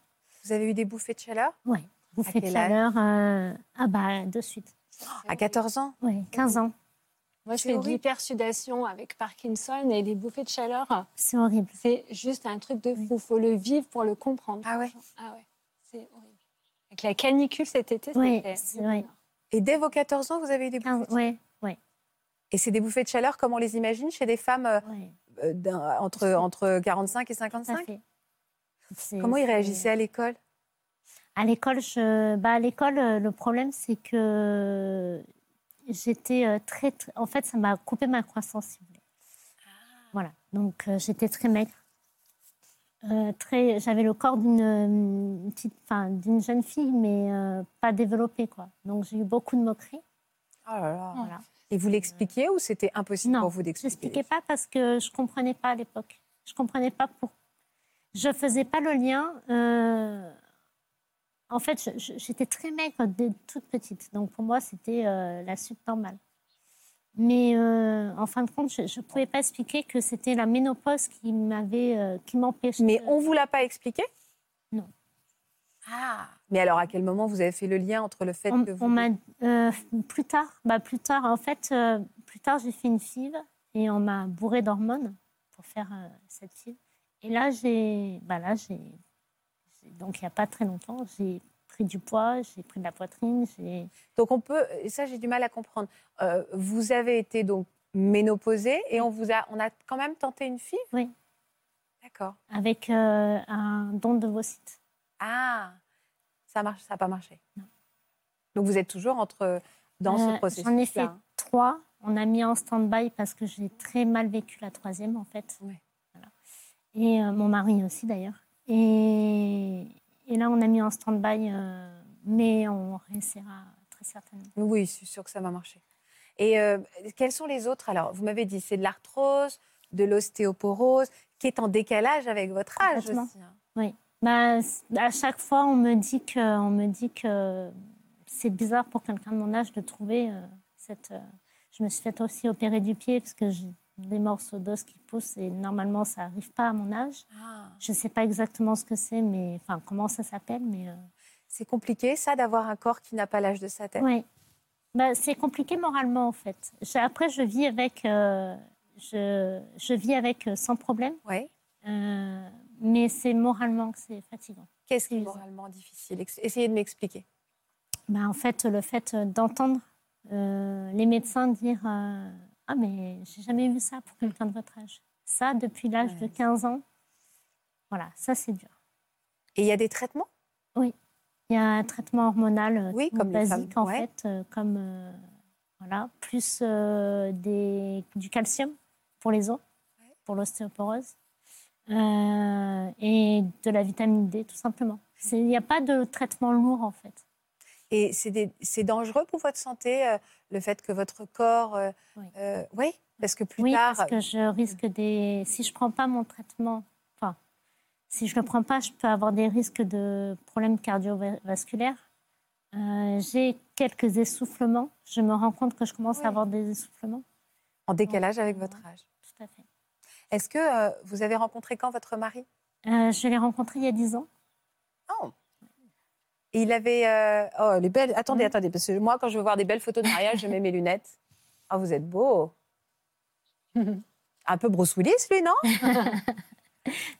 A: Vous avez eu des bouffées de chaleur
D: Ouais. Vous
A: À
D: faites
A: quel
D: chaleur euh, ah bah, de suite.
A: à 14 ans
D: Oui, 15 ans.
C: Moi, je
A: C'est
C: fais de
A: horrible.
C: l'hypersudation avec Parkinson et les bouffées de chaleur.
D: C'est horrible.
C: C'est juste un truc de fou. faut le vivre pour le comprendre.
A: Ah ouais.
C: Ah ouais, c'est horrible. Avec la canicule cet été,
D: Ouais,
C: c'était
D: c'est
C: du
D: vrai.
C: bonheur.
A: Et dès vos 14 ans, vous avez eu des bouffées
D: 15,
A: de chaleur.
D: Ah ouais,
A: Et c'est des bouffées de chaleur comme on les imagine chez des femmes euh,
D: ouais,
A: euh, d'un- entre, entre 45 et
D: tout à
A: 55
D: fait. C'est-
A: Comment ils
D: c'est-
A: réagissaient à l'école
D: À l'école, je... bah, à l'école, euh, le problème, c'est que j'étais euh, très, très- En fait, ça m'a coupé ma croissance, si vous voulez. Voilà. Donc, euh, j'étais très maigre. Euh, très... J'avais le corps d'une euh, petite... enfin, d'une jeune fille, mais euh, pas développée, quoi. Donc, j'ai eu beaucoup de moqueries.
A: Oh là là.
D: Voilà.
A: Et vous l'expliquiez ou c'était impossible
D: Non,
A: pour vous
D: Je n'expliquais
A: d'expliquer
D: pas parce que je ne comprenais pas à l'époque. Je ne comprenais pas pour. Je ne faisais pas le lien euh, En fait, je- je- j'étais très maigre dès toute petite. Donc, pour moi, c'était euh, la suite normale. Mais euh, en fin de compte, je ne pouvais pas expliquer que c'était la ménopause qui m'avait, euh, qui m'empêchait.
A: Mais
D: de-
A: on vous l'a pas expliqué
D: Non.
A: Ah Mais alors, à quel moment vous avez fait le lien entre le fait
D: On,
A: que vous...
D: on m'a euh, plus tard, bah plus tard. En fait, euh, plus tard, j'ai fait une FIV et on m'a bourré d'hormones pour faire euh, cette FIV. Et là, j'ai, bah là, j'ai, j'ai- donc il n'y a pas très longtemps, j'ai pris du poids, j'ai pris de la poitrine, j'ai.
A: Donc on peut, et ça j'ai du mal à comprendre, Euh, vous avez été donc ménopausée et on vous a, on a quand même tenté une fille
D: Oui.
A: D'accord.
D: avec euh, un don de vos sites.
A: Ah, ça marche, ça n'a pas marché. Donc vous êtes toujours entre dans
D: Euh,
A: ce processus.
D: J'en ai fait trois. On a mis en stand-by parce que j'ai très mal vécu la troisième, en fait.
A: Ouais.
D: Voilà. Et euh, mon mari aussi, d'ailleurs. Et, et là, on a mis en stand-by, euh, mais on réussira très certainement.
A: Oui, je suis sûre que ça va marcher. Et euh, quels sont les autres Alors vous m'avez dit c'est de l'arthrose, de l'ostéoporose, qui est en décalage avec votre âge
D: Complètement.
A: aussi. hein.
D: Bah, c- à chaque fois, on me dit que, on me dit que c'est bizarre pour quelqu'un de mon âge de trouver euh, cette. euh, Je me suis fait aussi opérer du pied parce que j'ai des morceaux d'os qui poussent et normalement, ça n'arrive pas à mon âge.
A: Ah.
D: Je ne sais pas exactement ce que c'est, mais enfin comment ça s'appelle, mais euh,
A: C'est compliqué ça d'avoir un corps qui n'a pas l'âge de sa tête.
D: ouais. Bah, c'est compliqué moralement en fait. Je- après, je vis avec, euh, je, je vis avec euh, sans problème,
A: Ouais.
D: euh, mais c'est moralement que c'est fatigant.
A: Qu'est-ce qui est
D: Oui.
A: moralement difficile Ex- Essayez de m'expliquer.
D: Bah, en fait, le fait euh, d'entendre euh, les médecins dire euh, ah mais j'ai jamais vu ça pour quelqu'un de votre âge. Ça depuis l'âge
A: Ouais.
D: de 15 ans, voilà, ça c'est dur.
A: Et il y a des traitements
D: Il y a un traitement hormonal euh,
A: Oui,
D: tout
A: comme les femmes,
D: basique en
A: ouais.
D: fait, euh, comme euh, voilà, plus euh, des, du calcium pour les os, pour l'ostéoporose, euh, et de la vitamine D tout simplement. C'est- Il n'y a pas de traitement lourd en fait.
A: Et c'est des- c'est dangereux pour votre santé, euh, le fait que votre corps... euh,
D: Oui.
A: euh, oui, parce que plus
D: oui,
A: tard... euh, mm.
D: parce que je risque des. Si je prends pas mon traitement, enfin, si je le prends pas, je peux avoir des risques de problèmes cardiovasculaires. Euh, j'ai quelques essoufflements. Je me rends compte que je commence
A: Oui.
D: à avoir des essoufflements.
A: En décalage avec votre âge.
D: Tout à fait.
A: Est-ce que euh, vous avez rencontré quand votre mari
D: Euh, je l'ai rencontré il y a 10 ans.
A: Il avait... euh, Oh, les belles... Attendez,
D: Oui.
A: attendez, parce que moi, quand je veux voir des belles photos de mariage, je mets mes lunettes. Ah, vous êtes beau Un peu Bruce Willis, lui, non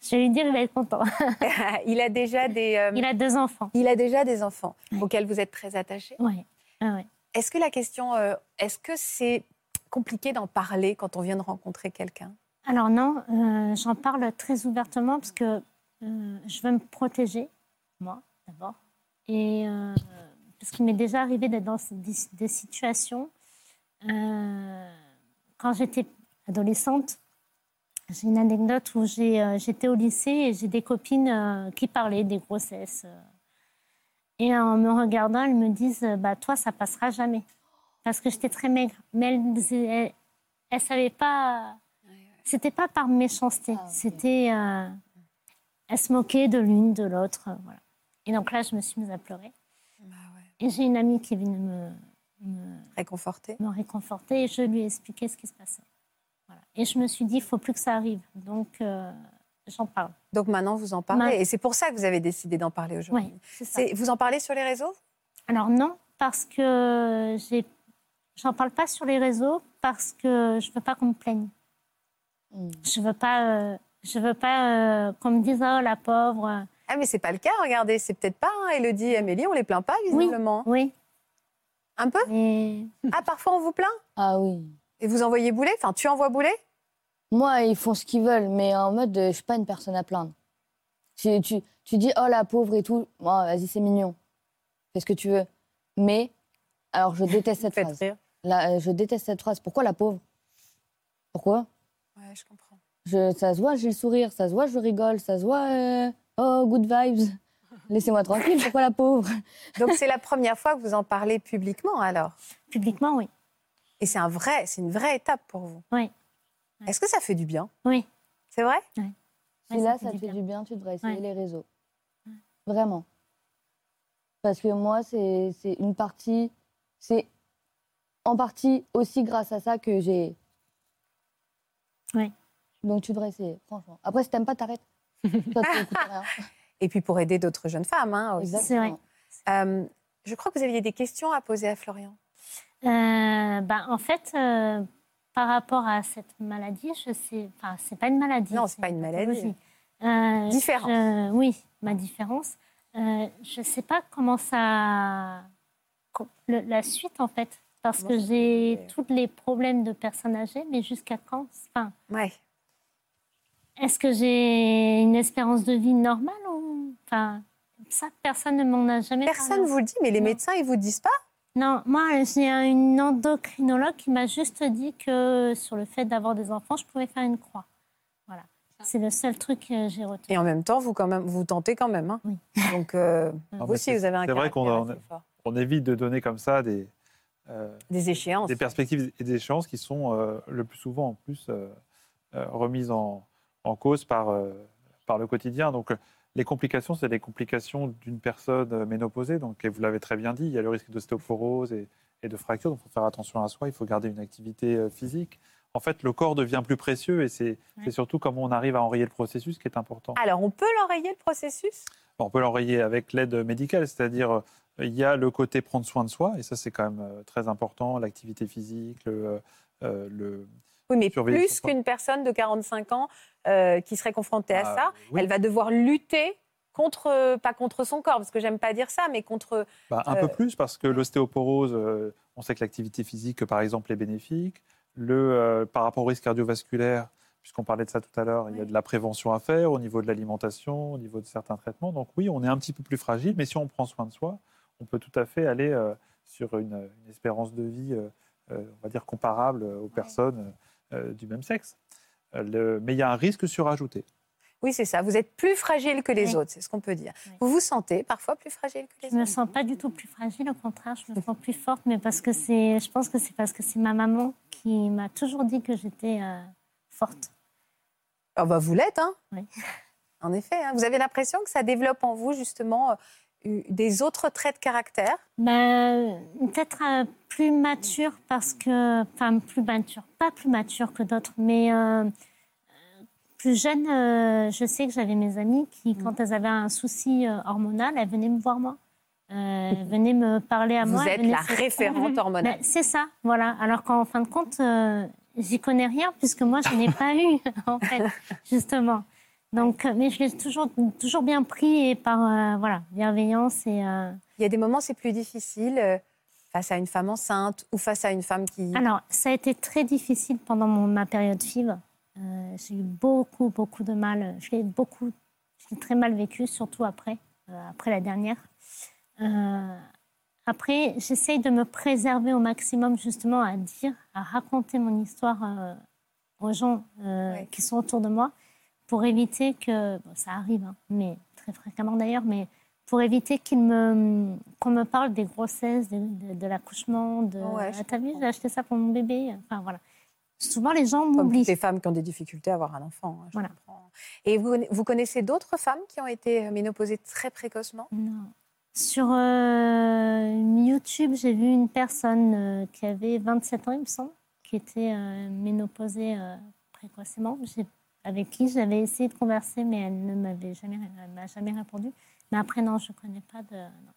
D: Je vais lui dire, il va être content.
A: Il a déjà des... euh,
D: Il a deux enfants.
A: Il a déjà des enfants
D: Oui.
A: auxquels vous êtes très attachée.
D: Ouais. Ah ouais.
A: Est-ce que la question, euh, est-ce que c'est compliqué d'en parler quand on vient de rencontrer quelqu'un
D: Alors non, euh, j'en parle très ouvertement parce que euh, je veux me protéger, moi d'abord, et euh, parce qu'il m'est déjà arrivé d'être dans des, des situations. euh, quand j'étais adolescente, j'ai une anecdote où j'ai, euh, j'étais au lycée et j'ai des copines euh, qui parlaient des grossesses. euh. et en me regardant, elles me disent euh, bah, Toi, ça passera jamais. Parce que j'étais très maigre. Mais elles- elles ne savaient pas. C'était pas par méchanceté. C'était. euh, elles se moquaient de l'une, de l'autre. euh, voilà. Et donc là, je me suis mise à pleurer. Et j'ai une amie qui est venue me- me,
A: Réconforté
D: me réconforter et je lui ai expliqué ce qui se passait. Voilà. Et je me suis dit, il faut plus que ça arrive. Donc, euh, j'en parle.
A: Donc maintenant, vous en parlez.
D: Ma-
A: Et c'est pour ça que vous avez décidé d'en parler aujourd'hui.
D: Oui, c'est ça.
A: C'est- Vous en parlez sur les réseaux
D: Alors non, parce que j'ai- j'en parle pas sur les réseaux parce que je veux pas qu'on me plaigne.
B: Hmm.
D: Je veux pas, euh, je veux pas euh, qu'on me dise, oh la pauvre.
A: Ah, mais c'est pas le cas, regardez. C'est peut-être pas hein, Elodie et Amélie, on les plaint pas, visiblement.
D: Oui,
A: Un peu
D: mais
A: Ah, parfois, on vous plaint
B: Ah oui.
A: Et vous envoyez boulet Enfin, tu envoies boulet
B: Moi, ils font ce qu'ils veulent, mais en mode, euh, je suis pas une personne à plaindre. Tu, tu, tu dis, oh la pauvre et tout, Bon, vas-y, c'est mignon. Fais ce que tu veux. Mais, alors je déteste cette
A: Faites
B: phrase.
A: rire.
B: La- euh, je déteste cette phrase. Pourquoi la pauvre Pourquoi
A: Ouais, je comprends.
B: je, Ça se voit, j'ai le sourire, ça se voit, je rigole, ça se voit, euh, oh, good vibes. Laissez-moi tranquille, pourquoi la pauvre
A: Donc, c'est la première fois que vous en parlez publiquement, alors.
D: publiquement, oui.
A: Et c'est un vrai, c'est une vraie étape pour vous.
D: Oui.
A: Est-ce que ça fait du bien
D: Oui.
A: C'est vrai
B: Si
D: Ouais,
B: là,
D: fait
B: ça te
D: du
B: fait
D: bien.
B: du bien, tu devrais essayer
D: Ouais.
B: les réseaux. Vraiment. Parce que moi, c'est c'est une partie, c'est en partie aussi grâce à ça que j'ai.
D: Oui.
B: Donc tu devrais essayer, franchement. Après, si t'aimes pas, t'arrêtes. Ça te coûte rien.
A: Et puis pour aider d'autres jeunes femmes. hein, aussi.
B: Exactement.
D: vrai.
A: Euh, je crois que vous aviez des questions à poser à Florian.
D: Euh, bah, en fait, euh, par rapport à cette maladie, je sais. Enfin, c'est pas une maladie.
A: Non, c'est pas une maladie.
D: pathologie. Euh,
A: Différence.
D: je- oui, ma différence. Euh, je sais pas comment ça. co- le- la suite, en fait. Parce
A: Comment
D: que
A: ça
D: j'ai
A: peut-
D: tous les problèmes de personnes âgées, mais jusqu'à quand enfin,
A: Ouais.
D: Est-ce que j'ai une espérance de vie normale ou... enfin, Ça, personne ne m'en a jamais parlé.
A: Personne ne vous le dit, mais les
D: Non.
A: médecins, ils vous disent pas.
D: Non, moi, j'ai un- une endocrinologue qui m'a juste dit que sur le fait d'avoir des enfants, je pouvais faire une croix. Voilà. C'est le seul truc que j'ai retenu.
A: Et en même temps, vous, quand même, vous tentez quand même. hein.
D: Oui.
A: Donc, euh,
E: Non,
A: vous
E: Ah, mais
A: aussi,
E: c'est-
A: vous avez un
E: c'est vrai qu'on
A: caractère
E: en-
A: assez fort.
E: On évite de donner comme ça des, euh,
A: Des échéances.
E: des perspectives et des échéances qui sont euh, le plus souvent en plus euh, euh, remises en, en cause par, euh, par le quotidien. Donc euh, les complications, c'est les complications d'une personne euh, ménopausée. Donc, et vous l'avez très bien dit, il y a le risque d'ostéoporose et, et de fracture. Donc il faut faire attention à soi, il faut garder une activité euh, physique. En fait, le corps devient plus précieux et c'est c'est surtout comment on arrive à enrayer le processus qui est important.
A: Alors, on peut l'enrayer le processus
E: On peut l'enrayer avec l'aide médicale, c'est-à-dire euh, il y a le côté prendre soin de soi, et ça c'est quand même euh, très important, l'activité physique, le, euh, le-
A: Oui, mais
E: Surveiller
A: plus
E: son corps.
A: qu'une personne de 45 ans euh, qui serait confrontée à
E: Ah,
A: ça,
E: oui.
A: elle va devoir lutter contre, pas contre son corps, parce que j'aime pas dire ça, mais contre.
E: Bah, un
A: Euh,
E: peu plus parce que l'ostéoporose, euh, on sait que l'activité physique, par exemple, est bénéfique. Le, euh, par rapport au risque cardiovasculaire, puisqu'on parlait de ça tout à l'heure, il y a de la prévention à faire au niveau de l'alimentation, au niveau de certains traitements. Donc oui, on est un petit peu plus fragile, mais si on prend soin de soi, on peut tout à fait aller euh, sur une, une espérance de vie, euh, euh, on va dire, comparable aux personnes euh, du même sexe. Euh, le- mais il y a un risque surajouté.
A: Oui, c'est ça. Vous êtes plus fragile que les
D: Oui.
A: autres, c'est ce qu'on peut dire.
D: Oui.
A: Vous vous sentez parfois plus fragile que les
D: Je me
A: autres
D: sens pas du tout plus fragile, au contraire, je me sens plus forte, mais parce que c'est, je pense que c'est parce que c'est ma maman qui m'a toujours dit que j'étais euh, forte.
A: Ah bah, vous l'êtes, hein
D: Oui.
A: En effet, hein. vous avez l'impression que ça développe en vous justement euh, des autres traits de caractère.
D: Ben, peut-être euh, plus mature parce que, enfin plus mature, pas plus mature que d'autres, mais euh, euh, plus jeune, euh, je sais que j'avais mes amies qui,
A: Mm.
D: quand elles avaient un souci euh, hormonal, elles venaient me voir moi, Euh, elles venaient me parler à
A: vous
D: moi. elles
A: êtes
D: venaient
A: la
D: se-
A: référente hormonale.
D: Ben, c'est ça, voilà. Alors qu'en fin de compte, euh, j'y connais rien puisque moi, je n'ai pas eu, en fait, justement. Donc, euh, mais je l'ai toujours, toujours bien pris et par euh, voilà, bienveillance et. euh,
A: Il y a des moments, c'est plus difficile euh, face à une femme enceinte ou face à une femme qui.
D: Alors, ça a été très difficile pendant mon- ma période FIV. Euh, j'ai eu beaucoup, beaucoup de mal. Je l'ai beaucoup, je l'ai très mal vécu, surtout après, euh, après la dernière. Euh, après, j'essaye de me préserver au maximum, justement, à dire, à raconter mon histoire euh, aux gens euh,
A: Ouais.
D: qui sont autour de moi pour éviter que. bon, ça arrive, hein, mais très fréquemment d'ailleurs, mais pour éviter qu'il me, qu'on me parle des grossesses, de, de- de l'accouchement, de.
A: Ouais, je
D: Ah, t'as vu,
A: comprends.
D: j'ai acheté ça pour mon bébé. Enfin, voilà. Souvent, les gens
A: Comme
D: m'oublient.
A: toutes les femmes qui ont des difficultés à avoir un enfant. hein, je
D: Voilà.
A: comprends. Et vous, vous connaissez d'autres femmes qui ont été euh, ménopausées très précocement
D: Non. Sur euh, YouTube, j'ai vu une personne euh, qui avait 27 ans, il me semble, qui était euh, ménopausée euh, précocement, J'ai- avec qui j'avais essayé de converser, mais elle ne m'avait jamais, elle m'a jamais répondu. Mais après, non, je ne connais pas de... non.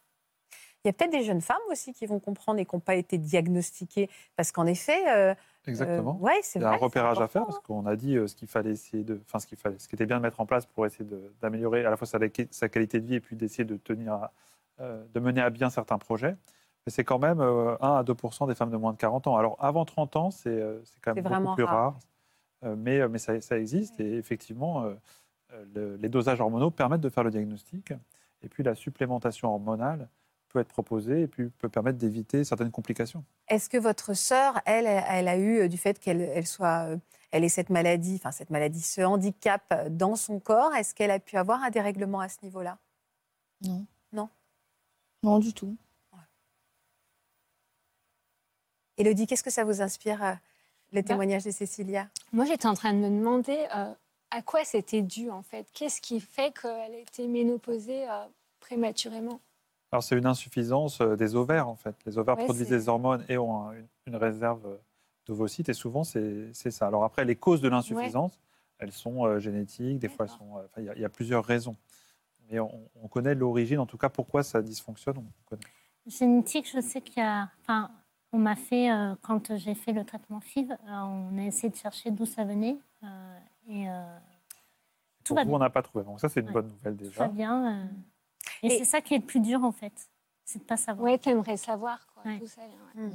A: Il y a peut-être des jeunes femmes aussi qui vont comprendre et qui n'ont pas été diagnostiquées. Parce qu'en effet. euh,
E: Exactement.
A: euh, ouais, c'est
E: Il y a un
A: vrai, c'est
E: repérage à
A: important,
E: faire parce qu'on a dit euh, ce qu'il fallait essayer de, enfin ce qu'il fallait, ce qui était bien de mettre en place pour essayer de- d'améliorer à la fois sa, sa qualité de vie et puis d'essayer de tenir, à- euh, de mener à bien certains projets. Mais c'est quand même euh, 1 à 2 des femmes de moins de 40 ans. Alors avant 30 ans, c'est euh, c'est quand
A: C'est
E: même beaucoup
A: vraiment
E: plus
A: rare.
E: rare, Euh, mais euh, mais ça, ça existe et effectivement, euh, euh, le- les dosages hormonaux permettent de faire le diagnostic et puis la supplémentation hormonale peut être proposée et puis peut permettre d'éviter certaines complications.
A: Est-ce que votre sœur, elle, elle a eu euh, du fait qu'elle elle soit, euh, elle ait cette maladie, enfin cette maladie, ce handicap euh, dans son corps, est-ce qu'elle a pu avoir un dérèglement à ce niveau-là
B: Non.
A: Non.
B: Non, du tout.
A: Elodie, qu'est-ce que ça vous inspire euh, le
C: Bah.
A: témoignage de Cécilia
C: Moi, j'étais en train de me demander euh, à quoi c'était dû, en fait. Qu'est-ce qui fait qu'elle a été ménopausée euh, prématurément
E: Alors, c'est une insuffisance euh, des ovaires, en fait. Les ovaires
A: Ouais,
E: produisent
A: c'est-
E: des hormones et ont un- une, une réserve euh, d'ovocytes, et souvent, c'est c'est ça. Alors, après, les causes de l'insuffisance, elles sont euh, génétiques, des fois, elles sont. euh, enfin, Il y a- il y, a plusieurs raisons. Mais on, on connaît l'origine, en tout cas, pourquoi ça dysfonctionne. on connaît.
D: Génétique, je sais qu'il y a. Enfin, on m'a fait, euh, quand j'ai fait le traitement FIV, euh, on a essayé de chercher d'où ça venait. euh, et euh, tout
E: Pour
D: va
E: vous,
D: bien.
E: on n'a pas trouvé. Donc, ça, c'est une
D: Ouais.
E: bonne nouvelle
D: Tout
E: déjà.
D: va bien. euh, et
A: Et-
D: c'est ça qui est le plus dur, en fait. C'est de ne pas savoir.
C: Ouais, t'aimerais savoir quoi.
D: Ouais.
C: d'où ça vient, ouais.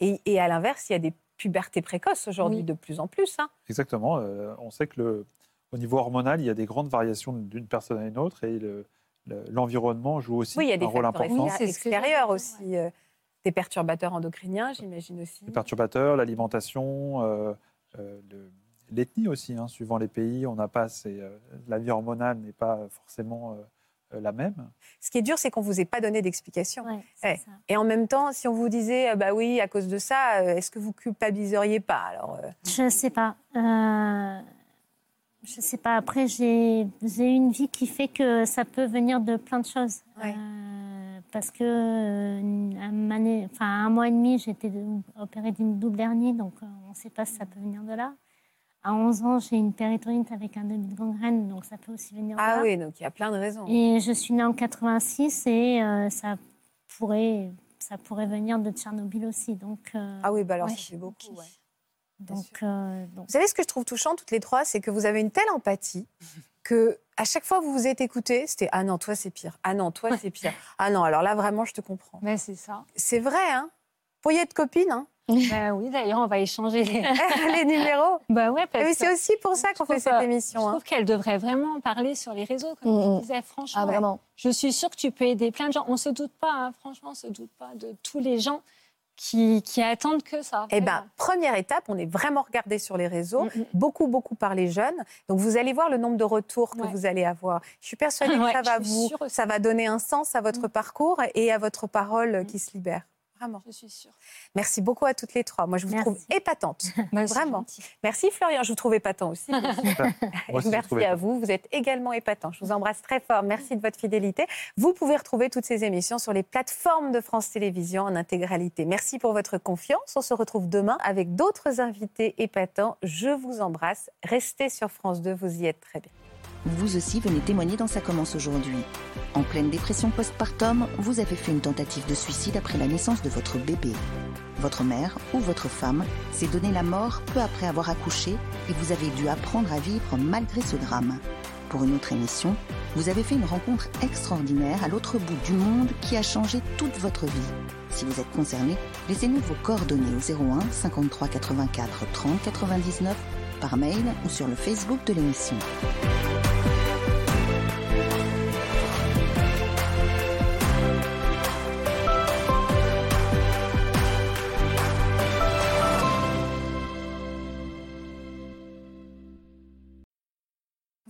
A: Et, et à l'inverse, il y a des pubertés précoces aujourd'hui
C: Oui.
A: de plus en plus. hein.
E: Exactement. euh, on sait que le, au niveau hormonal, il y a des grandes variations d'une personne à une autre et le- le- l'environnement joue aussi
A: Oui, il y a des
E: un rôle
A: facteurs
E: important.
C: Oui, c'est ce que j'allais
A: extérieurs
C: dire,
A: aussi, euh, des perturbateurs endocriniens, j'imagine aussi.
E: Les perturbateurs, l'alimentation, euh, euh, le- l'ethnie aussi. hein, suivant les pays, on n'a pas assez, euh, la vie hormonale n'est pas forcément euh, euh, la même.
A: Ce qui est dur, c'est qu'on vous ait pas donné d'explication.
D: Ouais, c'est
A: Ouais.
D: ça.
A: Et en même temps, si on vous disait, ah bah oui, à cause de ça, euh, est-ce que vous culpabiliseriez pas Alors, euh,
D: Je sais pas. Euh, je sais pas. Après, j'ai j'ai une vie qui fait que ça peut venir de plein de choses.
A: Ouais.
D: Euh, parce que euh, un, année- enfin, un mois et demi, j'étais dou- opérée d'une double hernie, donc euh, on ne sait pas si ça peut venir de là. À 11 ans, j'ai une péritonite avec un début de gangrène, donc ça peut aussi venir de
A: ah
D: là.
A: oui, donc il y a plein de raisons.
D: Et je suis née en 86 et euh, ça pourrait ça pourrait venir de Tchernobyl aussi. Donc, euh,
A: Ah oui, bah alors
C: Ouais.
A: ça fait beaucoup.
C: Ok.
A: ouais. bien
D: donc, euh, donc
A: Vous savez ce que je trouve touchant toutes les trois, c'est que vous avez une telle empathie que à chaque fois que vous vous êtes écoutés, c'était ah non toi c'est pire, ah non toi c'est pire, ah non alors là vraiment je te comprends.
C: Ben, c'est ça.
A: C'est vrai hein. Pour y être copine hein,
C: Ben oui, d'ailleurs, on va échanger les.
A: les numéros.
C: Ben ouais, parce
A: Mais
C: que
A: c'est aussi pour ça qu'on fait
C: trouve,
A: cette
C: euh,
A: émission.
C: je
A: hein.
C: trouve qu'elle devrait vraiment en parler sur les réseaux, comme
B: Mm,
C: tu
B: mm.
C: disais, franchement.
B: Ah, vraiment.
C: Je suis sûre que tu peux aider plein de gens. On se doute pas, hein, franchement, on se doute pas de tous les gens qui, qui attendent que ça.
A: Eh
C: vraiment.
A: ben, première étape, on est vraiment regardé sur les réseaux,
C: Mm, mm.
A: beaucoup, beaucoup par les jeunes. Donc, vous allez voir le nombre de retours que
C: Ouais.
A: vous allez avoir. Je suis persuadée que
C: Ouais,
A: ça va
C: je suis
A: vous,
C: sûre aussi. Mm.
A: ça va donner un sens à votre parcours et à votre parole euh, qui se libère. Vraiment.
C: Je suis sûre.
A: Merci beaucoup à toutes les trois. Moi, je vous
D: Merci.
A: trouve épatante.
C: Ben, c'est
A: Vraiment.
C: gentil.
A: Merci Florian, je vous trouve épatant aussi. bien sûr.
E: Moi aussi, je
A: Merci
E: trouvais
A: à
E: pas.
A: vous, vous êtes également épatant. Je vous embrasse très fort. Merci de votre fidélité. Vous pouvez retrouver toutes ces émissions sur les plateformes de France Télévisions en intégralité. Merci pour votre confiance. On se retrouve demain avec d'autres invités épatants. Je vous embrasse. Restez sur France 2, vous y êtes très bien.
I: Vous aussi venez témoigner dans Ça commence aujourd'hui. En pleine dépression postpartum, vous avez fait une tentative de suicide après la naissance de votre bébé. Votre mère ou votre femme s'est donné la mort peu après avoir accouché et vous avez dû apprendre à vivre malgré ce drame. Pour une autre émission, vous avez fait une rencontre extraordinaire à l'autre bout du monde qui a changé toute votre vie. Si vous êtes concerné, laissez-nous vos coordonnées au 01 53 84 30 99 par mail ou sur le Facebook de l'émission.